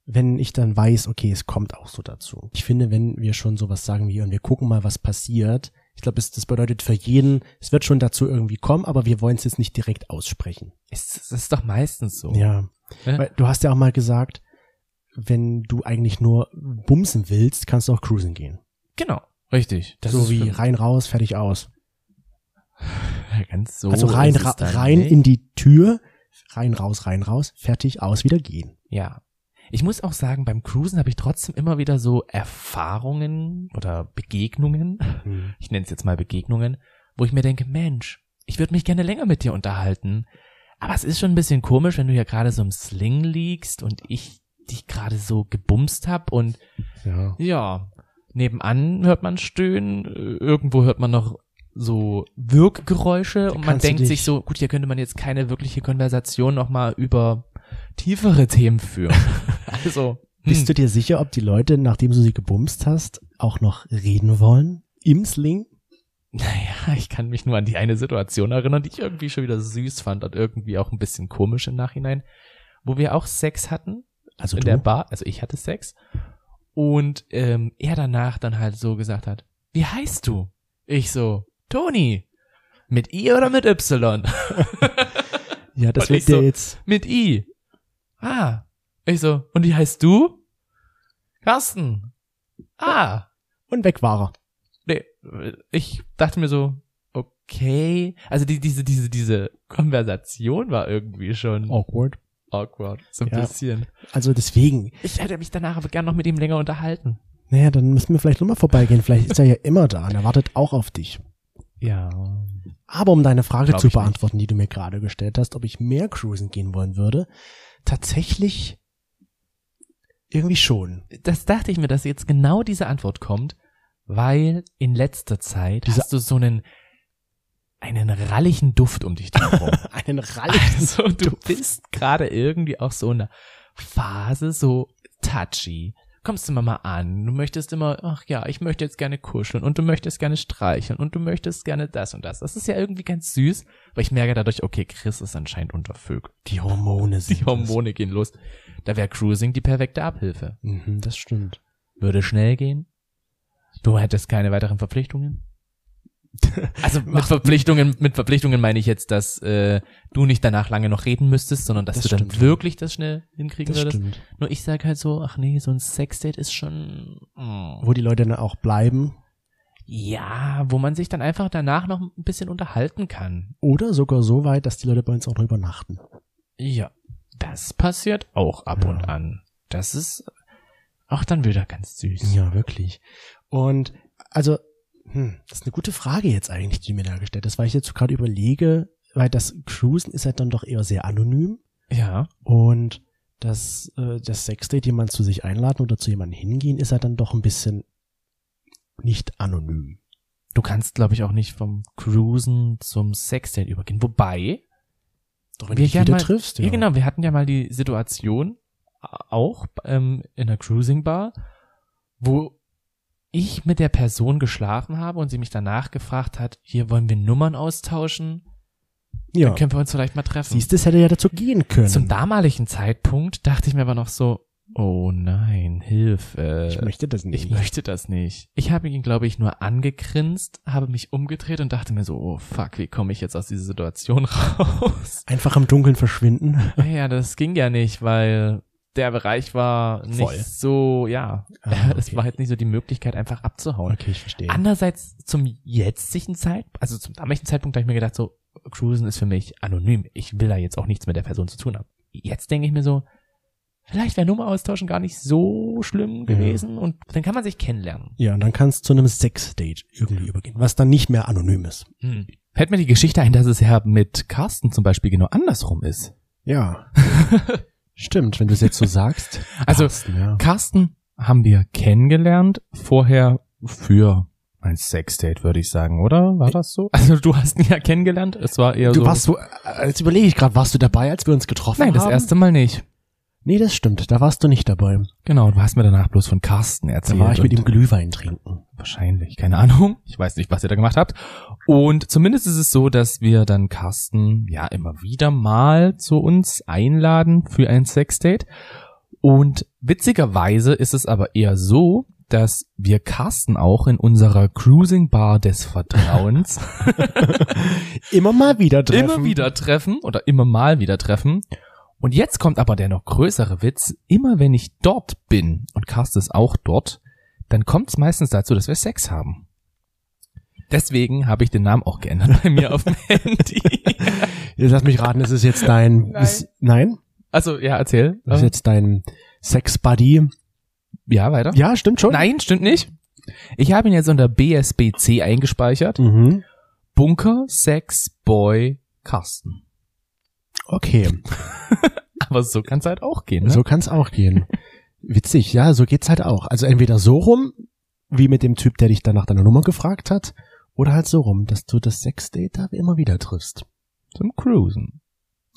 Speaker 1: wenn ich dann weiß, okay, es kommt auch so dazu. Ich finde, wenn wir schon sowas sagen wie, und wir gucken mal, was passiert, ich glaube, das bedeutet für jeden, es wird schon dazu irgendwie kommen, aber wir wollen es jetzt nicht direkt aussprechen.
Speaker 2: Es, es ist doch meistens so.
Speaker 1: Ja.
Speaker 2: Ne?
Speaker 1: Weil du hast ja auch mal gesagt, wenn du eigentlich nur bumsen willst, kannst du auch cruisen gehen.
Speaker 2: Genau, richtig. Das
Speaker 1: so
Speaker 2: ist
Speaker 1: wie
Speaker 2: für-
Speaker 1: rein raus, fertig aus.
Speaker 2: ganz so.
Speaker 1: also rein,
Speaker 2: ist es
Speaker 1: ra
Speaker 2: dann ne?
Speaker 1: rein
Speaker 2: nicht.
Speaker 1: in die Tür, rein raus, rein raus, fertig aus, wieder gehen.
Speaker 2: Ja. Ich muss auch sagen, beim Cruisen habe ich trotzdem immer wieder so Erfahrungen oder Begegnungen, ich nenne es jetzt mal Begegnungen, wo ich mir denke, Mensch, ich würde mich gerne länger mit dir unterhalten. Aber es ist schon ein bisschen komisch, wenn du hier gerade so im Sling liegst und ich dich gerade so gebumst hab und
Speaker 1: Ja.
Speaker 2: ja, nebenan hört man Stöhnen, äh, irgendwo hört man noch so Wirkgeräusche und man
Speaker 1: kannst du
Speaker 2: denkt sich
Speaker 1: dich-
Speaker 2: so, gut, hier könnte man jetzt keine wirkliche Konversation nochmal über tiefere Themen führen. also,
Speaker 1: Bist du dir sicher, ob die Leute, nachdem du sie gebumst hast, auch noch reden wollen? Im Sling?
Speaker 2: naja, ich kann mich nur an die eine Situation erinnern, die ich irgendwie schon wieder süß fand und irgendwie auch ein bisschen komisch im Nachhinein, wo wir auch Sex hatten
Speaker 1: Also
Speaker 2: in
Speaker 1: du?
Speaker 2: der Bar, also ich hatte Sex und ähm, er danach dann halt so gesagt hat, wie heißt du? Ich so, Toni. Mit I oder mit Y?
Speaker 1: ja, das
Speaker 2: Und ich
Speaker 1: wird dir
Speaker 2: so-
Speaker 1: jetzt.
Speaker 2: mit I. Ah. Ich so, und wie heißt du? Carsten. Ah.
Speaker 1: Und weg war
Speaker 2: Nee, ich dachte mir so, okay. Also die, diese, diese, diese Konversation war irgendwie schon
Speaker 1: er. Awkward.
Speaker 2: awkward. So ein
Speaker 1: Oh. Ja.
Speaker 2: bisschen.
Speaker 1: Also deswegen.
Speaker 2: Ich hätte mich danach aber gern noch mit ihm länger unterhalten.
Speaker 1: Naja, dann müssen wir vielleicht nochmal vorbeigehen. Vielleicht ist er ja immer da und er wartet auch auf dich.
Speaker 2: Ja.
Speaker 1: Aber um deine Frage
Speaker 2: Glaub
Speaker 1: zu
Speaker 2: ich nicht.
Speaker 1: beantworten, die du mir gerade gestellt hast, ob ich mehr cruisen gehen wollen würde, tatsächlich irgendwie schon.
Speaker 2: das dachte ich mir, dass jetzt genau diese Antwort kommt, weil in letzter Zeit
Speaker 1: Diese-
Speaker 2: hast du so einen einen ralligen Duft um dich herum.
Speaker 1: Einen Ralf.
Speaker 2: also du bist gerade irgendwie auch so in einer Phase so touchy. Kommst immer mal an, du möchtest immer, ach ja, ich möchte jetzt gerne kuscheln und du möchtest gerne streicheln und du möchtest gerne das und das. Das ist ja irgendwie ganz süß, weil ich merke dadurch, okay, Chris ist anscheinend untervögelt.
Speaker 1: Die Hormone sind.
Speaker 2: Die Hormone gehen los. Da wäre Cruising die perfekte Abhilfe
Speaker 1: Das. Mhm, das stimmt.
Speaker 2: würde schnell gehen. Du hättest keine weiteren Verpflichtungen. Also mit Verpflichtungen, mit Verpflichtungen meine ich jetzt, dass äh, du nicht danach lange noch reden müsstest, sondern dass
Speaker 1: Das
Speaker 2: du dann
Speaker 1: stimmt, ja.
Speaker 2: wirklich das schnell hinkriegen
Speaker 1: Das
Speaker 2: würdest.
Speaker 1: stimmt.
Speaker 2: Nur ich sag halt so, ach nee, so ein Sexdate ist schon mm,
Speaker 1: Wo die Leute dann auch bleiben,
Speaker 2: ja, wo man sich dann einfach danach noch ein bisschen unterhalten kann.
Speaker 1: Oder sogar so weit, dass die Leute bei uns auch noch übernachten.
Speaker 2: Ja, das passiert auch ab
Speaker 1: Ja.
Speaker 2: und an. Das ist auch dann wieder ganz süß.
Speaker 1: Ja, wirklich. Und also, hm, das ist eine gute Frage jetzt eigentlich, die du mir da gestellt hast, weil ich jetzt gerade überlege, weil das Cruisen ist halt dann doch eher sehr anonym
Speaker 2: ja.
Speaker 1: und das, äh, das Sexdate, jemand zu sich einladen oder zu jemandem hingehen, ist halt dann doch ein bisschen nicht anonym.
Speaker 2: Du kannst, glaube ich, auch nicht vom Cruisen zum Sexdate übergehen. Wobei,
Speaker 1: Doch wenn du
Speaker 2: Wir
Speaker 1: dich
Speaker 2: gern
Speaker 1: wieder
Speaker 2: mal-
Speaker 1: triffst,
Speaker 2: ja. genau, wir hatten ja mal die Situation a- auch ähm, in der Cruising Bar, wo ich mit der Person geschlafen habe und sie mich danach gefragt hat, hier wollen wir Nummern austauschen,
Speaker 1: Ja.
Speaker 2: dann können wir uns vielleicht mal treffen.
Speaker 1: Siehst du, es hätte ja dazu gehen können.
Speaker 2: Zum damaligen Zeitpunkt dachte ich mir aber noch so, oh nein, Hilfe.
Speaker 1: ich möchte das nicht.
Speaker 2: Ich möchte das nicht. Ich habe ihn, glaube ich, nur angegrinst, habe mich umgedreht und dachte mir so, oh fuck, wie komme ich jetzt aus dieser Situation raus?
Speaker 1: Einfach im Dunkeln verschwinden.
Speaker 2: naja, das ging ja nicht, weil der Bereich war nicht
Speaker 1: Voll.
Speaker 2: so, ja,
Speaker 1: Ah,
Speaker 2: es
Speaker 1: okay.
Speaker 2: war halt nicht so die Möglichkeit, einfach abzuhauen.
Speaker 1: Okay, ich verstehe.
Speaker 2: Andererseits zum jetzigen Zeitpunkt, also zum damaligen Zeitpunkt habe ich mir gedacht, so, Cruisen ist für mich anonym. Ich will da jetzt auch nichts mit der Person zu tun haben. Jetzt denke ich mir so, vielleicht wäre Nummer austauschen gar nicht so
Speaker 1: Mhm.
Speaker 2: schlimm gewesen und dann kann man sich kennenlernen.
Speaker 1: Ja, und dann kann es zu einem Sex-Date irgendwie übergehen, was dann nicht mehr anonym ist.
Speaker 2: Hm. Fällt mir die Geschichte ein, dass es ja mit Carsten zum Beispiel genau andersrum ist.
Speaker 1: Ja. Stimmt, wenn du es jetzt so sagst.
Speaker 2: Also,
Speaker 1: Carsten, ja.
Speaker 2: Carsten haben wir kennengelernt, vorher für ein Sexdate, würde ich sagen, oder? War das so? Also du hast ihn ja kennengelernt, es war eher
Speaker 1: Du
Speaker 2: so.
Speaker 1: warst so, äh, jetzt überlege ich gerade, warst du dabei, als wir uns getroffen
Speaker 2: Nein,
Speaker 1: haben?
Speaker 2: das erste Mal nicht.
Speaker 1: Nee, das stimmt, da warst du nicht dabei.
Speaker 2: Genau, du hast mir danach bloß von Carsten
Speaker 1: Da
Speaker 2: erzählt.
Speaker 1: war ich mit
Speaker 2: und
Speaker 1: ihm Glühwein trinken.
Speaker 2: Wahrscheinlich, keine Ahnung. Ich weiß nicht, was ihr da gemacht habt. Und zumindest ist es so, dass wir dann Carsten ja immer wieder mal zu uns einladen für ein Sexdate. Und witzigerweise ist es aber eher so, dass wir Carsten auch in unserer Cruising Bar des Vertrauens
Speaker 1: Immer mal wieder treffen.
Speaker 2: immer wieder treffen oder immer mal wieder treffen. Und jetzt kommt aber der noch größere Witz. Immer wenn ich dort bin und Carsten ist auch dort, dann kommt es meistens dazu, dass wir Sex haben. Deswegen habe ich den Namen auch geändert bei mir auf dem Handy.
Speaker 1: Jetzt lass mich raten, ist es jetzt dein,
Speaker 2: Nein.
Speaker 1: Ist, nein?
Speaker 2: Also, ja, erzähl.
Speaker 1: Ist jetzt dein Sex-Buddy?
Speaker 2: Ja, weiter.
Speaker 1: Ja, stimmt schon.
Speaker 2: Nein, stimmt nicht. Ich habe ihn jetzt unter BSBC eingespeichert.
Speaker 1: Mhm.
Speaker 2: Bunker Sex Boy Carsten.
Speaker 1: Okay,
Speaker 2: Aber so kann es halt auch gehen. Ne?
Speaker 1: so kann's auch gehen. Witzig, ja, so geht's halt auch. Also entweder so rum, wie mit dem Typ, der dich dann nach deiner Nummer gefragt hat, oder halt so rum, dass du das Sex-Date da immer wieder triffst.
Speaker 2: zum Cruisen.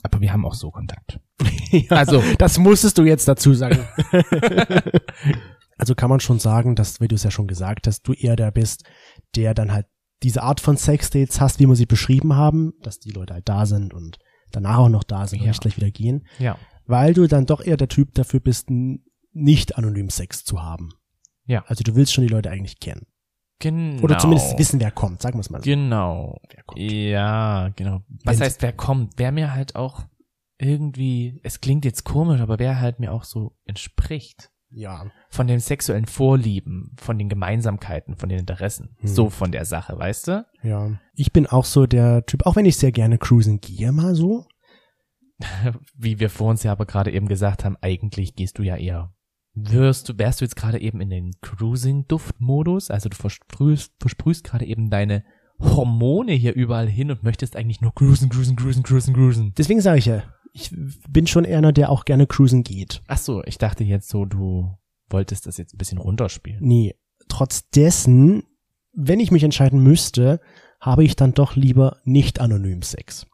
Speaker 2: Aber wir haben auch so Kontakt. Also,
Speaker 1: Das musstest du jetzt dazu sagen. also kann man schon sagen, dass, wie du es ja schon gesagt hast, du eher der bist, der dann halt diese Art von Sexdates hast, wie wir sie beschrieben haben, dass die Leute halt da sind und danach auch noch da sind und
Speaker 2: Ja.
Speaker 1: nicht gleich wieder gehen,
Speaker 2: ja.
Speaker 1: weil du dann doch eher der Typ dafür bist, n- nicht anonym Sex zu haben.
Speaker 2: Ja.
Speaker 1: Also du willst schon die Leute eigentlich kennen.
Speaker 2: Genau.
Speaker 1: Oder zumindest wissen, wer kommt, sagen wir es mal so.
Speaker 2: Genau.
Speaker 1: Wer kommt.
Speaker 2: Ja, genau. Was
Speaker 1: Wenn's-
Speaker 2: heißt, wer kommt? Wer mir halt auch irgendwie, es klingt jetzt komisch, aber wer halt mir auch so entspricht.
Speaker 1: Ja.
Speaker 2: Von den sexuellen Vorlieben, von den Gemeinsamkeiten, von den Interessen.
Speaker 1: Hm.
Speaker 2: So von der Sache, weißt du?
Speaker 1: Ja. Ich bin auch so der Typ, auch wenn ich sehr gerne cruisen gehe, mal so.
Speaker 2: Wie wir vor uns ja aber gerade eben gesagt haben, eigentlich gehst du ja eher. Wirst du, wärst du jetzt gerade eben in den Cruising-Duft-Modus? Also du versprühst, versprühst gerade eben deine Hormone hier überall hin und möchtest eigentlich nur cruisen, cruisen, cruisen, cruisen, cruisen.
Speaker 1: Deswegen sage ich ja, ich bin schon eher einer, der auch gerne cruisen geht.
Speaker 2: Ach so, ich dachte jetzt so, du wolltest das jetzt ein bisschen runterspielen.
Speaker 1: Nee, trotz dessen, wenn ich mich entscheiden müsste, habe ich dann doch lieber nicht anonym Sex.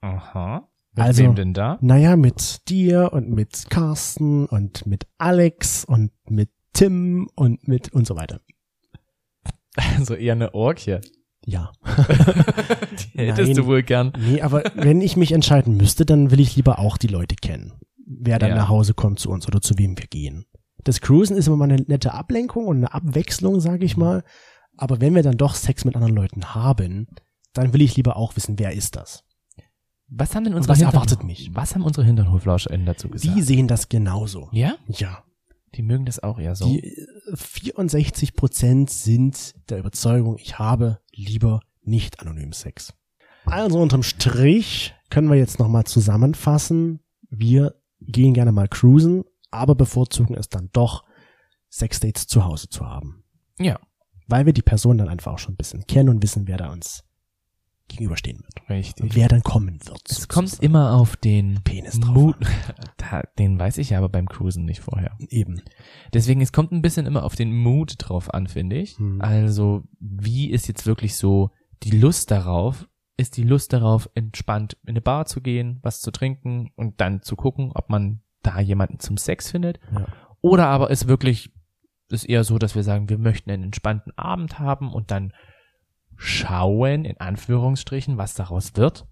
Speaker 2: Aha. Mit
Speaker 1: Also-
Speaker 2: wem denn da?
Speaker 1: Naja, mit dir und mit Carsten und mit Alex und mit Tim und mit und so weiter.
Speaker 2: Also eher eine Orkie.
Speaker 1: Ja.
Speaker 2: Die hättest
Speaker 1: Nein.
Speaker 2: du wohl gern.
Speaker 1: Nee, aber wenn ich mich entscheiden müsste, dann will ich lieber auch die Leute kennen. Wer dann
Speaker 2: Ja.
Speaker 1: nach Hause kommt zu uns oder zu wem wir gehen. Das Cruisen ist immer mal eine nette Ablenkung und eine Abwechslung, sage
Speaker 2: Mhm.
Speaker 1: ich mal. Aber wenn wir dann doch Sex mit anderen Leuten haben, dann will ich lieber auch wissen, wer ist das.
Speaker 2: Was haben denn
Speaker 1: Und
Speaker 2: unsere
Speaker 1: was
Speaker 2: Hintern-
Speaker 1: erwartet mich?
Speaker 2: Was haben unsere HinternhoflauscherInnen dazu gesagt?
Speaker 1: Die sehen das genauso.
Speaker 2: ja?
Speaker 1: Ja.
Speaker 2: Die mögen das auch eher so.
Speaker 1: Die äh, 64 Prozent sind der Überzeugung, ich habe lieber nicht anonym Sex. Also unterm Strich können wir jetzt nochmal zusammenfassen. Wir gehen gerne mal cruisen, aber bevorzugen es dann doch, Sexdates zu Hause zu haben.
Speaker 2: Ja.
Speaker 1: Weil wir die Person dann einfach auch schon ein bisschen kennen und wissen, wer da uns gegenüberstehen wird.
Speaker 2: Richtig.
Speaker 1: Und wer dann kommen wird.
Speaker 2: Es kommt immer auf den
Speaker 1: Penis drauf
Speaker 2: Mut. Da, den weiß ich ja aber beim Cruisen nicht vorher.
Speaker 1: Eben.
Speaker 2: Deswegen, es kommt ein bisschen immer auf den Mut drauf an, finde ich.
Speaker 1: Hm.
Speaker 2: Also, wie ist jetzt wirklich so die Lust darauf? Ist die Lust darauf, entspannt in eine Bar zu gehen, was zu trinken und dann zu gucken, ob man da jemanden zum Sex findet?
Speaker 1: Ja.
Speaker 2: Oder aber ist wirklich, ist eher so, dass wir sagen, wir möchten einen entspannten Abend haben und dann schauen, in Anführungsstrichen, was daraus wird?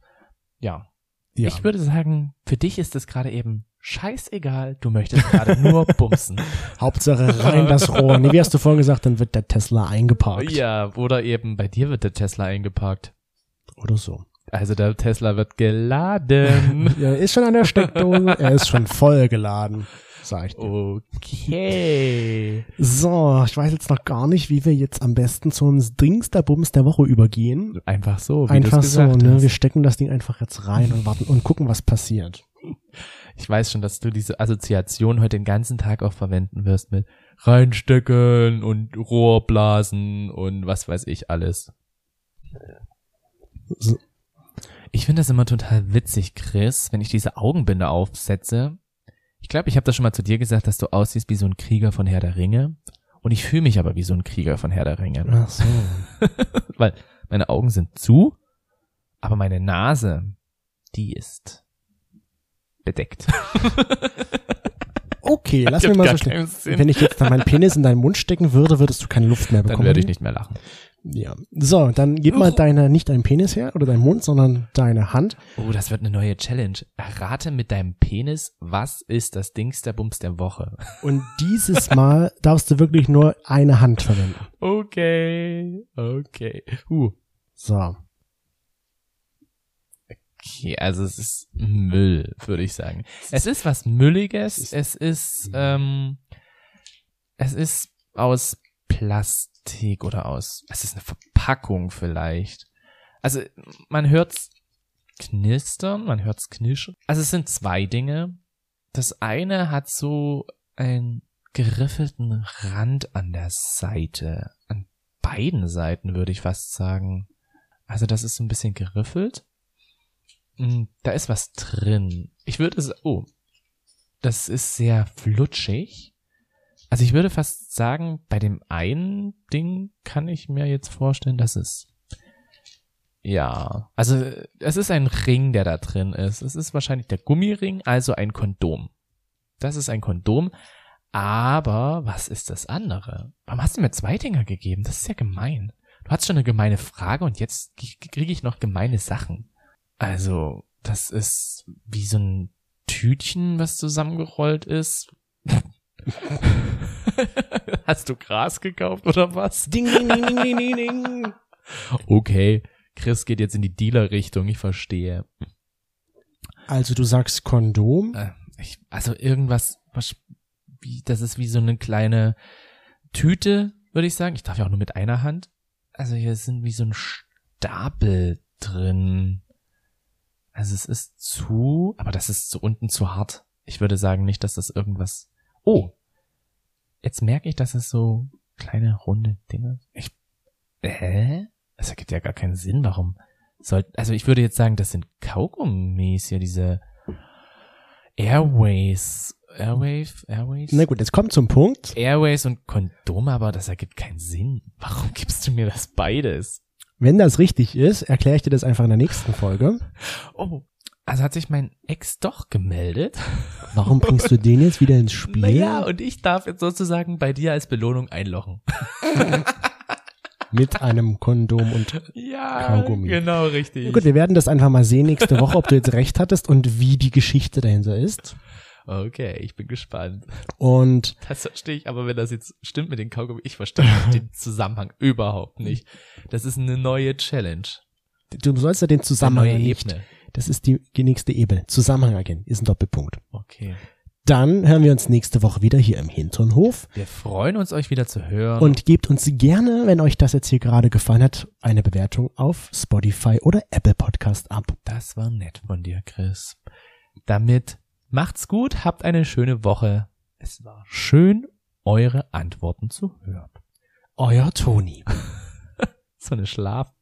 Speaker 2: Ja,
Speaker 1: Ja.
Speaker 2: ich würde sagen, für dich ist es gerade eben scheißegal, du möchtest gerade nur bumsen.
Speaker 1: Hauptsache rein das Rohr. Nee, wie hast du vorhin gesagt, dann
Speaker 2: Oh
Speaker 1: wird der Tesla eingeparkt.
Speaker 2: ja, oder eben bei dir wird der Tesla eingeparkt.
Speaker 1: Oder so.
Speaker 2: Also der Tesla wird geladen.
Speaker 1: Er ist schon an der Steckdose, er ist schon voll geladen, sag ich dir.
Speaker 2: Oh. Okay.
Speaker 1: So, ich weiß jetzt noch gar nicht, wie wir jetzt am besten zum Dings der Bums der Woche übergehen.
Speaker 2: Einfach so, wie
Speaker 1: einfach
Speaker 2: du's
Speaker 1: so,
Speaker 2: gesagt
Speaker 1: ne?
Speaker 2: hast.
Speaker 1: Wir stecken das Ding einfach jetzt rein und warten und gucken, was passiert.
Speaker 2: Ich weiß schon, dass du diese Assoziation heute den ganzen Tag auch verwenden wirst mit reinstecken und Rohrblasen und was weiß ich alles.
Speaker 1: So.
Speaker 2: Ich finde das immer total witzig, Chris, wenn ich diese Augenbinde aufsetze. Ich glaube, ich habe das schon mal zu dir gesagt, dass du aussiehst wie so ein Krieger von Herr der Ringe. Und ich fühle mich aber wie so ein Krieger von Herr der Ringe.
Speaker 1: Ach so.
Speaker 2: Weil meine Augen sind zu, aber meine Nase, die ist bedeckt.
Speaker 1: Okay, lass mich
Speaker 2: Ergibt
Speaker 1: mal
Speaker 2: gar
Speaker 1: so stehen.
Speaker 2: keinen Sinn.
Speaker 1: Wenn ich jetzt dann meinen Penis in deinen Mund stecken würde, würdest du keine Luft mehr bekommen.
Speaker 2: Dann werde ich nicht mehr lachen.
Speaker 1: Ja. So, dann gib mal deine, nicht deinen Penis her oder deinen Mund, sondern deine Hand.
Speaker 2: Oh, das wird eine neue Challenge. Errate mit deinem Penis, was ist das Dings der Bums der Woche?
Speaker 1: Und dieses Mal darfst du wirklich nur eine Hand verwenden.
Speaker 2: Okay, okay. Uh.
Speaker 1: So.
Speaker 2: Okay, also es ist Müll, würde ich sagen. Es ist was Mülliges. Es ist, ähm, es ist aus Plastik oder aus, es ist eine Verpackung vielleicht. Also man hört's knistern, man hört's knischen. Also es sind zwei Dinge. Das eine hat so einen geriffelten Rand an der Seite, an beiden Seiten würde ich fast sagen. Also das ist so ein bisschen geriffelt. Mm, Da ist was drin. Ich würde es. Oh. Das ist sehr flutschig. Also ich würde fast sagen, bei dem einen Ding kann ich mir jetzt vorstellen, dass es. Ja. Also es ist ein Ring, der da drin ist. Es ist wahrscheinlich der Gummiring, also ein Kondom. Das ist ein Kondom. Aber was ist das andere? Warum hast du mir zwei Dinger gegeben? Das ist ja gemein. Du hast schon eine gemeine Frage und jetzt kriege ich noch gemeine Sachen. Also, das ist wie so ein Tütchen, was zusammengerollt ist. Hast du Gras gekauft oder was?
Speaker 1: Ding, ding, ding, ding, ding, ding, ding.
Speaker 2: Okay, Chris geht jetzt in die Dealer-Richtung, ich verstehe.
Speaker 1: Also du sagst Kondom.
Speaker 2: Äh, ich, also irgendwas, was, wie, das ist wie so eine kleine Tüte, würde ich sagen. Ich darf ja auch nur mit einer Hand. Also hier sind wie so ein Stapel drin. Also es ist zu, aber das ist zu unten zu hart. Ich würde sagen nicht, dass das irgendwas. Oh, jetzt merke ich, dass es so kleine runde Dinge. Ich, hä? Das ergibt ja gar keinen Sinn. Warum? Soll, also ich würde jetzt sagen, das sind Kaugummis hier diese Airways, Airwave, Airways.
Speaker 1: Na gut, jetzt kommt zum
Speaker 2: Äh.
Speaker 1: Punkt.
Speaker 2: Airways und Kondom, aber das ergibt keinen Sinn. Warum gibst du mir das beides?
Speaker 1: Wenn das richtig ist, erkläre ich dir das einfach in der nächsten Folge.
Speaker 2: Oh, also hat sich mein Ex doch gemeldet.
Speaker 1: Warum bringst du den jetzt wieder ins Spiel?
Speaker 2: Naja, und ich darf jetzt sozusagen bei dir als Belohnung einlochen.
Speaker 1: Mit einem Kondom und
Speaker 2: Ja,
Speaker 1: Kaugummi.
Speaker 2: genau richtig.
Speaker 1: Gut, wir werden das einfach mal sehen nächste Woche, ob du jetzt recht hattest und wie die Geschichte dahinter ist.
Speaker 2: Okay, ich bin gespannt.
Speaker 1: Und
Speaker 2: Das verstehe ich, aber wenn das jetzt stimmt mit den Kaugummi, ich verstehe den Zusammenhang überhaupt nicht. Das ist eine neue Challenge.
Speaker 1: du sollst ja den
Speaker 2: Eine neue
Speaker 1: Zusammenhang nicht.
Speaker 2: Ebene.
Speaker 1: Das ist die nächste Ebene. Zusammenhang erkennen ist ein Doppelpunkt.
Speaker 2: Okay.
Speaker 1: Dann hören wir uns nächste Woche wieder hier im Hinternhof
Speaker 2: Wir freuen uns, euch wieder zu hören.
Speaker 1: und gebt uns gerne, wenn euch das jetzt hier gerade gefallen hat, eine Bewertung auf Spotify oder Apple Podcast ab.
Speaker 2: Das war nett von dir, Chris. Damit macht's gut, habt eine schöne Woche. Es war schön, eure Antworten zu hören.
Speaker 1: Euer Toni.
Speaker 2: So eine Schlaf,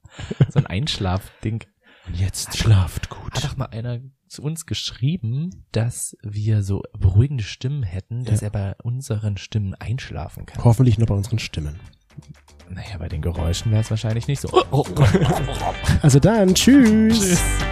Speaker 2: so ein Einschlafding.
Speaker 1: Und jetzt schlaft gut.
Speaker 2: Hat doch mal einer zu uns geschrieben, dass wir so beruhigende Stimmen hätten, dass
Speaker 1: Ja.
Speaker 2: er bei unseren Stimmen einschlafen kann.
Speaker 1: Hoffentlich nur bei unseren Stimmen.
Speaker 2: Naja, bei den Geräuschen wäre es wahrscheinlich nicht so. Oh, oh, oh, oh, oh.
Speaker 1: Also dann, tschüss.
Speaker 2: Tschüss.